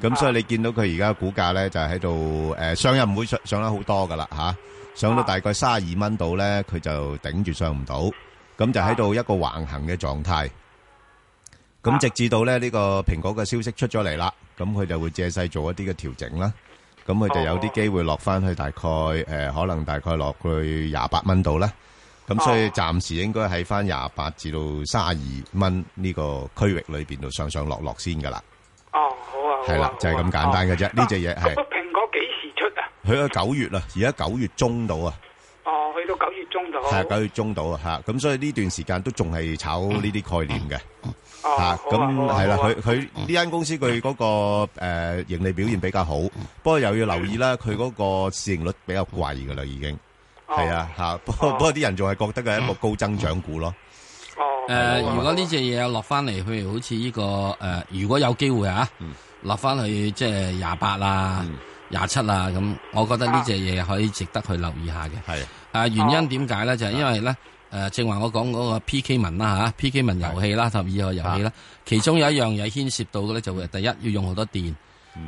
[SPEAKER 1] 咁所以你見到佢而家股價咧就喺度誒上又唔會上上得好多噶啦嚇，上到大概三十二蚊度咧，佢就頂住上唔到，咁就喺度一個橫行嘅狀態。咁直至到咧呢個蘋果嘅消息出咗嚟啦，咁佢就會借勢做一啲嘅調整啦。咁佢就有啲機會落翻去大概誒、呃可能大概落去廿八蚊度啦。咁所以暫時應該喺翻廿八至到三二蚊呢個區域裏邊度上上落落先噶啦。
[SPEAKER 10] 哦，好啊，
[SPEAKER 1] 係啦，就係咁簡單嘅啫。呢隻嘢
[SPEAKER 10] 咁個
[SPEAKER 1] 係
[SPEAKER 10] 蘋果幾時出啊？
[SPEAKER 1] 佢喺九月啦，而家九月中到啊，
[SPEAKER 10] 哦，去到九月中度。
[SPEAKER 1] 係九月中到啊，嚇。咁所以呢段時間都仲係炒呢啲概念嘅。
[SPEAKER 10] 嗯哦，
[SPEAKER 1] 吓
[SPEAKER 10] 好啊
[SPEAKER 1] 咁
[SPEAKER 10] 好啊
[SPEAKER 1] 係啦，
[SPEAKER 10] 好啊
[SPEAKER 1] 佢佢呢間公司佢嗰個诶盈利表現比較好，不過又要留意
[SPEAKER 10] 嗯
[SPEAKER 1] 啦，佢嗰個市盈率比較貴噶啦，已經
[SPEAKER 10] 哦
[SPEAKER 1] 係啊吓，不過不過啲人仲係覺得佢
[SPEAKER 10] 嗯
[SPEAKER 1] 係一個高增長股咯，
[SPEAKER 10] 哦，
[SPEAKER 2] 诶、呃如果呢只嘢落翻嚟，譬如好似呢、個个诶、如果有機會啊，落翻去即係廿八啦、廿七啦，咁我覺得呢只嘢可以值得去留意下嘅。
[SPEAKER 1] 係
[SPEAKER 2] 啊，原因點解咧？就係因為咧，誒，正話我講嗰個 P K 文啦嚇，P K 文遊戲啦，同埋以後遊戲啦，其中有一樣嘢牽涉到嘅咧，就會第一要用好多電，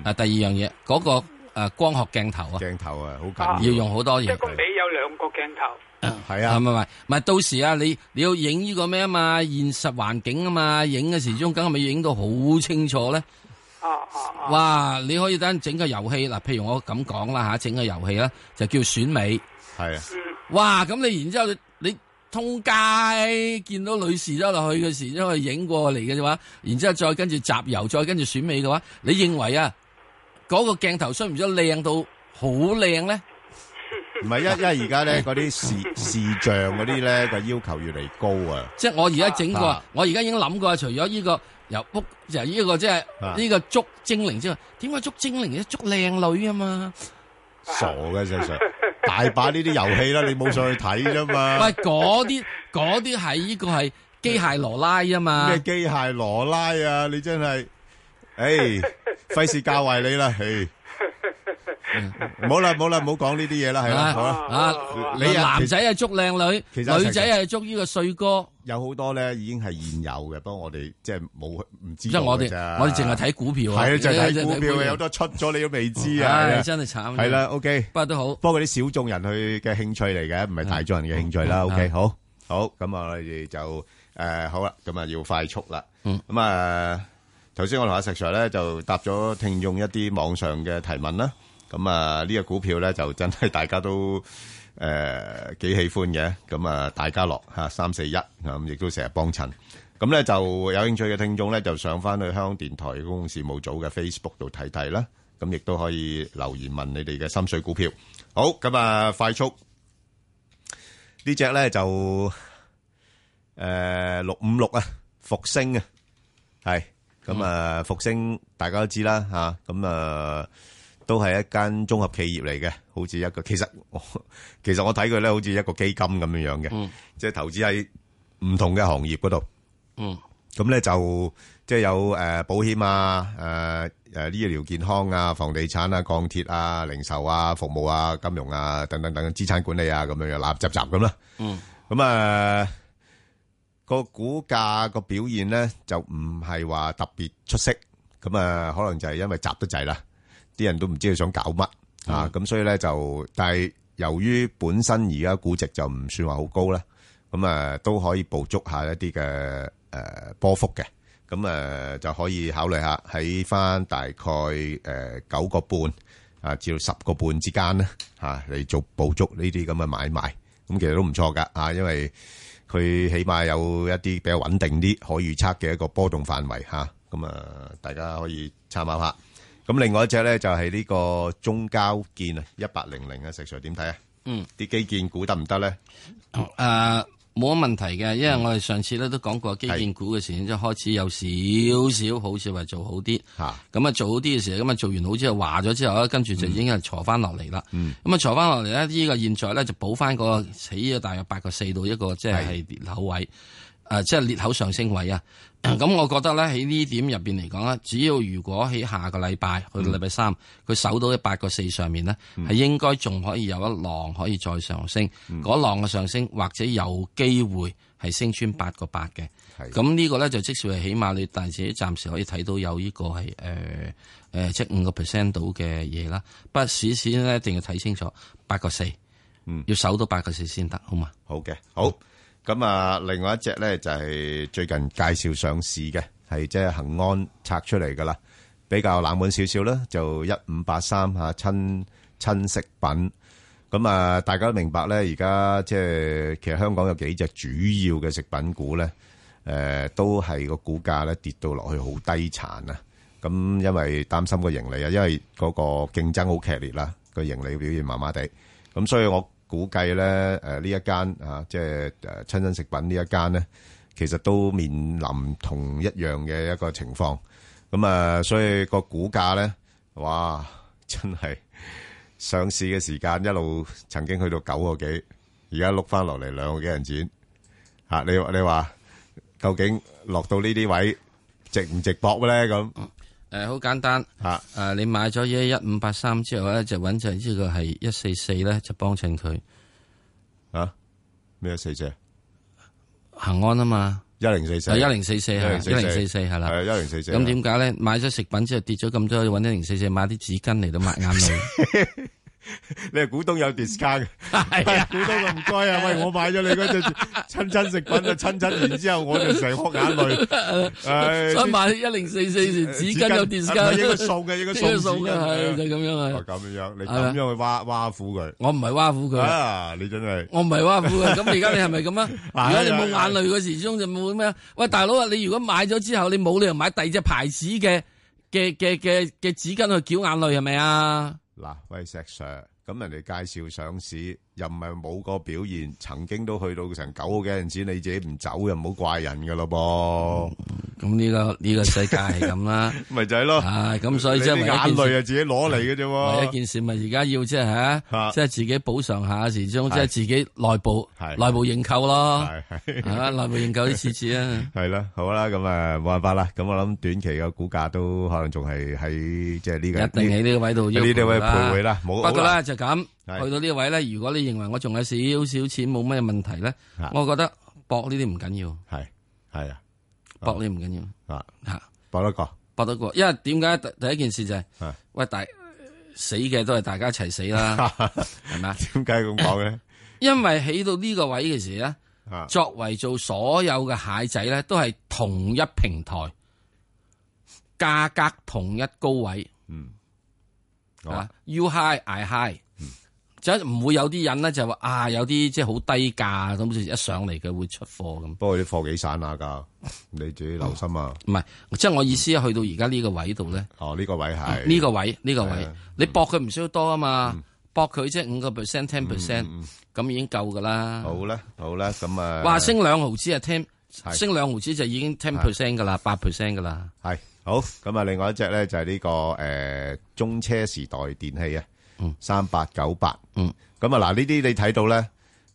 [SPEAKER 2] 啊，第二樣嘢嗰個誒光學鏡頭啊，
[SPEAKER 1] 鏡頭啊好
[SPEAKER 10] 啊
[SPEAKER 1] 緊
[SPEAKER 2] 要用嗯好多
[SPEAKER 10] 即
[SPEAKER 2] 嘢
[SPEAKER 10] 係。個尾有兩個鏡頭。
[SPEAKER 1] 係
[SPEAKER 2] 係
[SPEAKER 1] 啊，
[SPEAKER 2] 咪咪咪到時啊，你你要影呢個咩啊嘛？現實環境啊嘛，影嘅時鐘梗係咪影到好清楚咧？
[SPEAKER 10] 哦哦哦，
[SPEAKER 2] 哇！你可以等整個遊戲嗱，譬如我咁講啦吓，整個遊戲啦，就叫選美。
[SPEAKER 1] 係啊，
[SPEAKER 2] 哇！咁你然之後你你通街見到女士走落去嘅時，因為影過嚟嘅話，然之後再跟住集郵，再跟住選美嘅話，你認為啊嗰、個鏡頭需唔需要靚到好靚咧？
[SPEAKER 1] 唔係因因為而家咧嗰啲視視像嗰啲咧個要求越嚟越高啊，
[SPEAKER 2] 即係我而家整過，
[SPEAKER 1] 啊
[SPEAKER 2] 我而家已經諗過，除咗呢、個由卜由呢個即係
[SPEAKER 1] 啊
[SPEAKER 2] 呢個捉精靈之外，點解捉精靈咧？捉靚女啊嘛！
[SPEAKER 1] 傻嘅事實上，大把呢啲遊戲啦，你冇上去睇啫
[SPEAKER 2] 喂
[SPEAKER 1] 嘛，，
[SPEAKER 2] 嗰啲嗰啲係呢個係機械羅拉啊嘛
[SPEAKER 1] 咩！機械羅拉啊，你真係，唉，費事教壞你啦，唉。冇啦冇啦，唔好講呢啲嘢啦，係啦，好啦。
[SPEAKER 2] 啊，
[SPEAKER 1] 你啊
[SPEAKER 2] 男仔啊捉靚女，
[SPEAKER 1] 其實其實
[SPEAKER 2] 女仔啊捉呢個帥哥。
[SPEAKER 1] 有好多咧已經係現有嘅，不過我哋即係冇唔知
[SPEAKER 2] 因
[SPEAKER 1] 道
[SPEAKER 2] 為我
[SPEAKER 1] 嘅
[SPEAKER 2] 哋
[SPEAKER 1] 啫。
[SPEAKER 2] 我哋淨係睇股票啊，
[SPEAKER 1] 係啊，就係睇股
[SPEAKER 2] 你
[SPEAKER 1] 票嘅，有得出咗你都未知啊，係
[SPEAKER 2] 唉
[SPEAKER 1] 啊
[SPEAKER 2] 真係慘。
[SPEAKER 1] 係啦，OK，
[SPEAKER 2] 不過都好。
[SPEAKER 1] 不過嗰啲小眾人去嘅興趣嚟嘅，唔係大眾人嘅興趣啦。
[SPEAKER 2] 嗯
[SPEAKER 1] OK，
[SPEAKER 2] 嗯
[SPEAKER 1] 好，好，咁啊，我哋就誒好啦，咁啊要快速啦。
[SPEAKER 2] 嗯
[SPEAKER 1] 咁啊，頭先我同阿石 Sir 咧就答咗聽眾一啲網上嘅提問啦。咁啊，呢個股票咧就真係大家都誒幾喜歡嘅。咁啊，大家樂嚇三四一咁，亦都成日幫襯。咁咧就有興趣嘅聽眾咧，就上翻去香港電台公共事務組嘅 Facebook 度睇睇啦。咁亦都可以留言問你哋嘅心水股票。好，咁啊，快速呢只咧就誒六五六啊，復星啊，係咁啊，復星大家都知啦嚇，咁啊都係一間綜合企業嚟嘅，好似一個其實 我其實我睇佢咧，好似一個基金咁樣樣嘅，即係投資喺唔同嘅行業嗰度。
[SPEAKER 2] 嗯，
[SPEAKER 1] 咁咧就即係有誒、呃保險啊、誒誒醫療健康啊、房地產啊、鋼鐵啊、零售啊、服務啊、金融啊等等等資產管理啊咁樣樣，垃雜雜咁啦。
[SPEAKER 2] 嗯，
[SPEAKER 1] 咁啊個股價個表現咧就唔係話特別出色，咁啊可能就係因為集得滯啦，啲人都唔知佢想搞乜啊，咁所以咧就但係由於本身而家估值就唔算話好高啦，咁啊都可以捕捉下一啲嘅誒波幅嘅，咁啊就可以考慮下喺翻大概誒九個半啊至到十個半之間咧嚇嚟做捕捉呢啲咁嘅買賣，咁其實都唔錯噶啊，因為。佢起碼有一啲比較穩定啲可預測嘅一個波動範圍嚇，咁啊大家可以參考下。咁另外一隻咧就係呢個中交建啊，一八零零啊，石 Sir 點睇啊？
[SPEAKER 2] 嗯，
[SPEAKER 1] 啲基建股得唔得咧？
[SPEAKER 2] 誒冇乜問題嘅，因為我哋上次咧都講過基建股嘅時，即係開始有少少好似話做好啲。
[SPEAKER 1] 嚇，
[SPEAKER 2] 咁啊做好啲嘅時候，咁啊做完好之後話咗之後咧，跟住就已經係坐翻落嚟啦。
[SPEAKER 1] 嗯
[SPEAKER 2] 咁啊坐翻落嚟咧，呢個現在咧就補翻個死咗大約八個四到一個即係裂口位，誒即係裂口上升位啊。咁我覺得咧喺呢點入邊嚟講咧，只要如果喺下個禮拜去到禮拜三，佢守到一八個四上面咧，係應該仲可以有一浪可以再上升。嗰浪嘅上升或者有機會係升穿八個八嘅。咁呢個咧就即使係起碼你但自己暫時可以睇到有呢個係誒誒即五個 percent 到嘅嘢啦。不過市市咧一定要睇清楚八個四，
[SPEAKER 1] 嗯，
[SPEAKER 2] 要守到八個四先得，好嘛？
[SPEAKER 1] 好嘅，好。咁啊，另外一隻咧就係最近介紹上市嘅，係即係恒安拆出嚟噶啦，比較冷門少少啦，就一五八三嚇親親食品。咁啊，大家都明白咧，而家即係其實香港有幾隻主要嘅食品股咧，誒、都係個股價咧跌到落去好低殘啊！咁因為擔心個盈利啊，因為嗰個競爭好劇烈啦，個盈利表現麻麻地，咁所以我估計咧，誒、呢一間啊，即係誒親身食品呢一間咧，其實都面臨同一樣嘅一個情況，咁啊，所以個股價咧，哇，真係〜上市嘅時間一路曾經去到九個幾，而家碌翻落嚟兩個幾人錢嚇、啊你你話究竟落到呢啲位值唔值博咧？咁
[SPEAKER 2] 誒好簡單
[SPEAKER 1] 嚇
[SPEAKER 2] 誒，你買咗一一五八三之後咧，就揾就呢個係一四四咧，就幫襯佢
[SPEAKER 1] 啊咩四隻
[SPEAKER 2] 恒安啊嘛，
[SPEAKER 1] 一零四四
[SPEAKER 2] 係1044係啦1044係啦
[SPEAKER 1] 一零四四
[SPEAKER 2] 咁點解咧？買咗食品之後跌咗咁多，揾一零四四買啲紙巾嚟到抹 眼淚。
[SPEAKER 1] 你係股東有 discount 嘅，
[SPEAKER 2] 係
[SPEAKER 1] 啊，股東啊唔該啊，喂，我買咗你嗰隻親親食品啊，親親完之後我就成哭眼淚，唉
[SPEAKER 2] 所以買一零四四時紙巾有電
[SPEAKER 1] 唔係
[SPEAKER 2] 間，
[SPEAKER 1] 應該送嘅應該送
[SPEAKER 2] 應送嘅
[SPEAKER 1] 紙巾
[SPEAKER 2] 係就咁樣
[SPEAKER 1] 哦
[SPEAKER 2] 啊！
[SPEAKER 1] 咁樣你
[SPEAKER 2] 係啊
[SPEAKER 1] 咁樣去挖挖苦佢
[SPEAKER 2] 我唔係挖苦佢，
[SPEAKER 1] 啊，你真係
[SPEAKER 2] 我唔係挖苦 佢。咁你而家你係咪咁啊？
[SPEAKER 1] 係
[SPEAKER 2] 如果你冇眼淚嘅時鐘就冇咩啊。喂，大佬啊，你如果買咗之後，你冇理由買第二隻牌子嘅嘅嘅嘅嘅紙巾去繳眼淚係咪啊？
[SPEAKER 1] 嗱，喂石 Sir，咁人哋介紹上市又唔係冇個表現，曾經都去到成九個幾人錢，你自己唔走又唔好怪人噶咯
[SPEAKER 2] 咁呢個呢個世界係 咁啦。
[SPEAKER 1] 噃，咪就係咯。
[SPEAKER 2] 啊，咁所以即係
[SPEAKER 1] 你
[SPEAKER 2] 唯
[SPEAKER 1] 啲
[SPEAKER 2] 一件
[SPEAKER 1] 眼淚
[SPEAKER 2] 事
[SPEAKER 1] 啊，自己攞嚟嘅啫
[SPEAKER 2] 唯一
[SPEAKER 1] 喎。
[SPEAKER 2] 件事咪而家要即係
[SPEAKER 1] 啊
[SPEAKER 2] 吓，即係自己補償下時鐘，即係自己內部
[SPEAKER 1] 係
[SPEAKER 2] 內部認購咯，
[SPEAKER 1] 係係
[SPEAKER 2] 係嘛？內部認購啲廁 紙啊。
[SPEAKER 1] 系啦，好啦，咁啊冇辦法啦，咁我諗短期嘅股價都可能仲係喺即係呢個
[SPEAKER 2] 一定喺呢個位度
[SPEAKER 1] 呢
[SPEAKER 2] 喐
[SPEAKER 1] 啲位
[SPEAKER 2] 啦
[SPEAKER 1] 徘徊啦冇
[SPEAKER 2] 不過
[SPEAKER 1] 好
[SPEAKER 2] 咧
[SPEAKER 1] 難
[SPEAKER 2] 就咁，
[SPEAKER 1] 係
[SPEAKER 2] 去到呢個位咧，如果你認為我仲有少少錢冇咩問題咧
[SPEAKER 1] 啊，
[SPEAKER 2] 我覺得搏呢啲唔緊要，
[SPEAKER 1] 係係啊，
[SPEAKER 2] 搏呢啲唔緊
[SPEAKER 1] 要啊
[SPEAKER 2] 吓，
[SPEAKER 1] 搏得過，
[SPEAKER 2] 搏得過，因為點解第第一件事就係、喂大死嘅都係大家一齊死 啦，係 咪啊
[SPEAKER 1] 點解咁 講咧？
[SPEAKER 2] 因為起到呢個位嘅時咧，作為做所有嘅蟹仔咧，都係同一平台，價格同一高位。
[SPEAKER 1] 嗯，
[SPEAKER 2] 啊，U high I high，就唔會有啲人咧就話啊，有啲即係好低價咁，一上嚟佢會出貨咁。
[SPEAKER 1] 不過啲貨幾散下㗎，你自己留心啊。
[SPEAKER 2] 唔係，即係我意思，啊去到而家呢個位度咧。
[SPEAKER 1] 哦，呢個位係
[SPEAKER 2] 呢個位呢個
[SPEAKER 1] 係
[SPEAKER 2] 位
[SPEAKER 1] 啊，嗯
[SPEAKER 2] 你搏佢唔需要多啊嘛，搏佢即係五個 percent、ten percent，咁已經夠噶啦。
[SPEAKER 1] 好啦，好啦，咁啊，
[SPEAKER 2] 話升兩毫子啊，ten
[SPEAKER 1] 係
[SPEAKER 2] 升兩毫子就已經 ten percent 噶啦，八 percent 噶啦。
[SPEAKER 1] 係好咁啊！另外一隻咧就係呢個誒中車時代電器啊，三八九八。
[SPEAKER 2] 嗯，
[SPEAKER 1] 咁啊嗱，呢啲你睇到咧，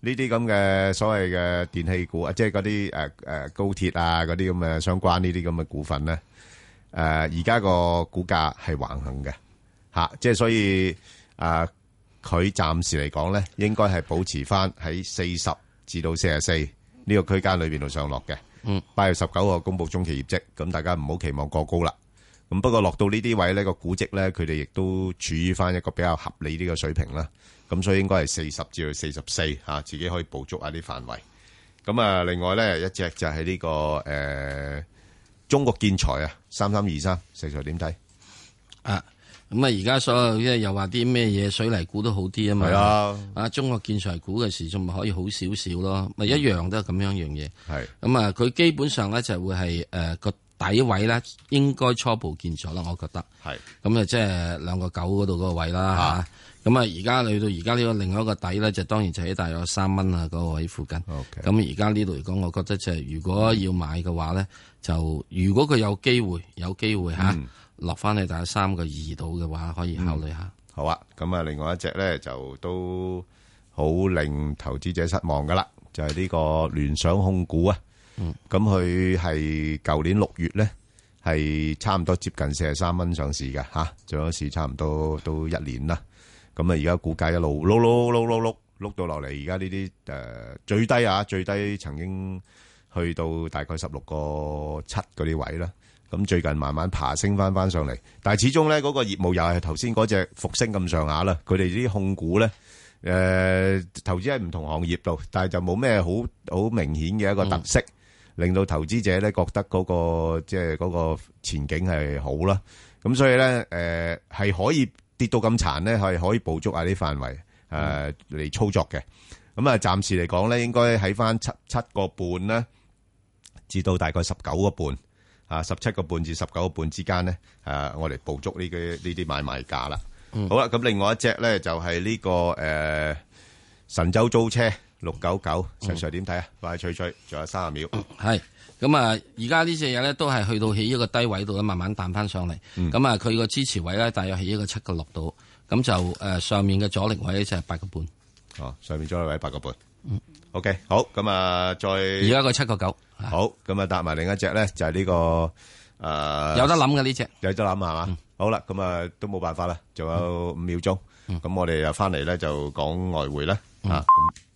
[SPEAKER 1] 呢啲咁嘅所謂嘅電器股啊，即係嗰啲誒誒高鐵啊，嗰啲咁嘅相關呢啲咁嘅股份咧，誒而家個股價係橫行嘅嚇、即係所以誒佢暫時嚟講咧，應該係保持翻喺四十至到四十四呢個區間裏邊度上落嘅。
[SPEAKER 2] 嗯，
[SPEAKER 1] 八月十九號公布中期業績，咁大家唔好期望過高啦。咁不過落到呢啲位呢個估值呢，佢哋亦都處於翻一個比較合理啲嘅水平啦。咁所以應該係四十至到四十四嚇，自己可以捕捉下啲範圍。咁啊，另外呢，一隻就係呢、個誒、呃中國建材啊，三三二三，石 Sir 點睇？
[SPEAKER 2] 啊，咁啊，而家所有即係又話啲咩嘢水泥股都好啲啊嘛。
[SPEAKER 1] 係啊，
[SPEAKER 2] 啊，中國建材股嘅時仲咪可以好少少咯，咪一樣都係咁樣樣嘢。
[SPEAKER 1] 係
[SPEAKER 2] 咁啊，佢基本上咧就會係誒個底位咧應該初步見咗啦，我覺得。
[SPEAKER 1] 係。
[SPEAKER 2] 咁啊，即係兩個九嗰度嗰個位啦嚇。咁啊，而家去到而家呢個另外一個底咧，就當然就喺大約三蚊啊嗰個位附近。咁而家呢度嚟講，我覺得就係如果
[SPEAKER 1] 嗯
[SPEAKER 2] 要買嘅話咧，就如果佢有機會，有機會嚇、
[SPEAKER 1] 嗯
[SPEAKER 2] 落翻去大約三個二度嘅話，可以考慮下。
[SPEAKER 1] 好啊，咁啊，另外一隻咧就都好令投資者失望噶啦，就係、呢個聯想控股啊。咁佢係舊年六月咧，係差唔多接近四十三蚊上市嘅吓，上咗市差唔多都一年啦。咁啊，而家股價一路碌碌碌碌碌碌到落嚟，而家呢啲誒最低啊，最低曾經去到大概十六個七嗰啲位啦。咁最近慢慢爬升翻翻上嚟，但係始終咧嗰、個業務又係頭先嗰只復星咁上下啦。佢哋啲控股咧，誒、投資喺唔同行業度，但係就冇咩好好明顯嘅一個特色。令到投資者咧覺得嗰、個即係嗰個前景係好啦。咁所以咧，誒、係可以跌到咁殘咧，係可以捕捉下啲範圍誒嚟、操作嘅。咁啊，暫時嚟講咧，應該喺翻七七個半咧，至到大概十九個半啊，十七個半至十九個半之間咧，誒、我嚟捕捉呢個呢啲買賣價啦。好啦，咁另外一隻咧就係、呢、個誒、神州租車六九九，石 Sir 點睇啊？快脆脆，仲有三十秒。
[SPEAKER 2] 係咁啊！而家呢只嘢咧都係去到起一個低位度咧，慢慢彈翻上嚟。
[SPEAKER 1] 嗯
[SPEAKER 2] 咁啊、佢個支持位咧，大約起一個七個六度。咁就誒、呃上面嘅阻力位咧就係八個半。
[SPEAKER 1] 哦，上面咗位八個半。
[SPEAKER 2] 嗯
[SPEAKER 1] OK，好，咁啊，再而
[SPEAKER 2] 家個七個九。
[SPEAKER 1] 好，咁啊，搭埋另一隻咧，就係呢個誒，
[SPEAKER 2] 有得嗯諗嘅呢隻，
[SPEAKER 1] 有得啊諗係嘛？好啦，咁啊，都
[SPEAKER 2] 嗯
[SPEAKER 1] 冇辦法啦，仲有五秒鐘，咁我哋啊翻嚟咧就講外匯啦，啊。咁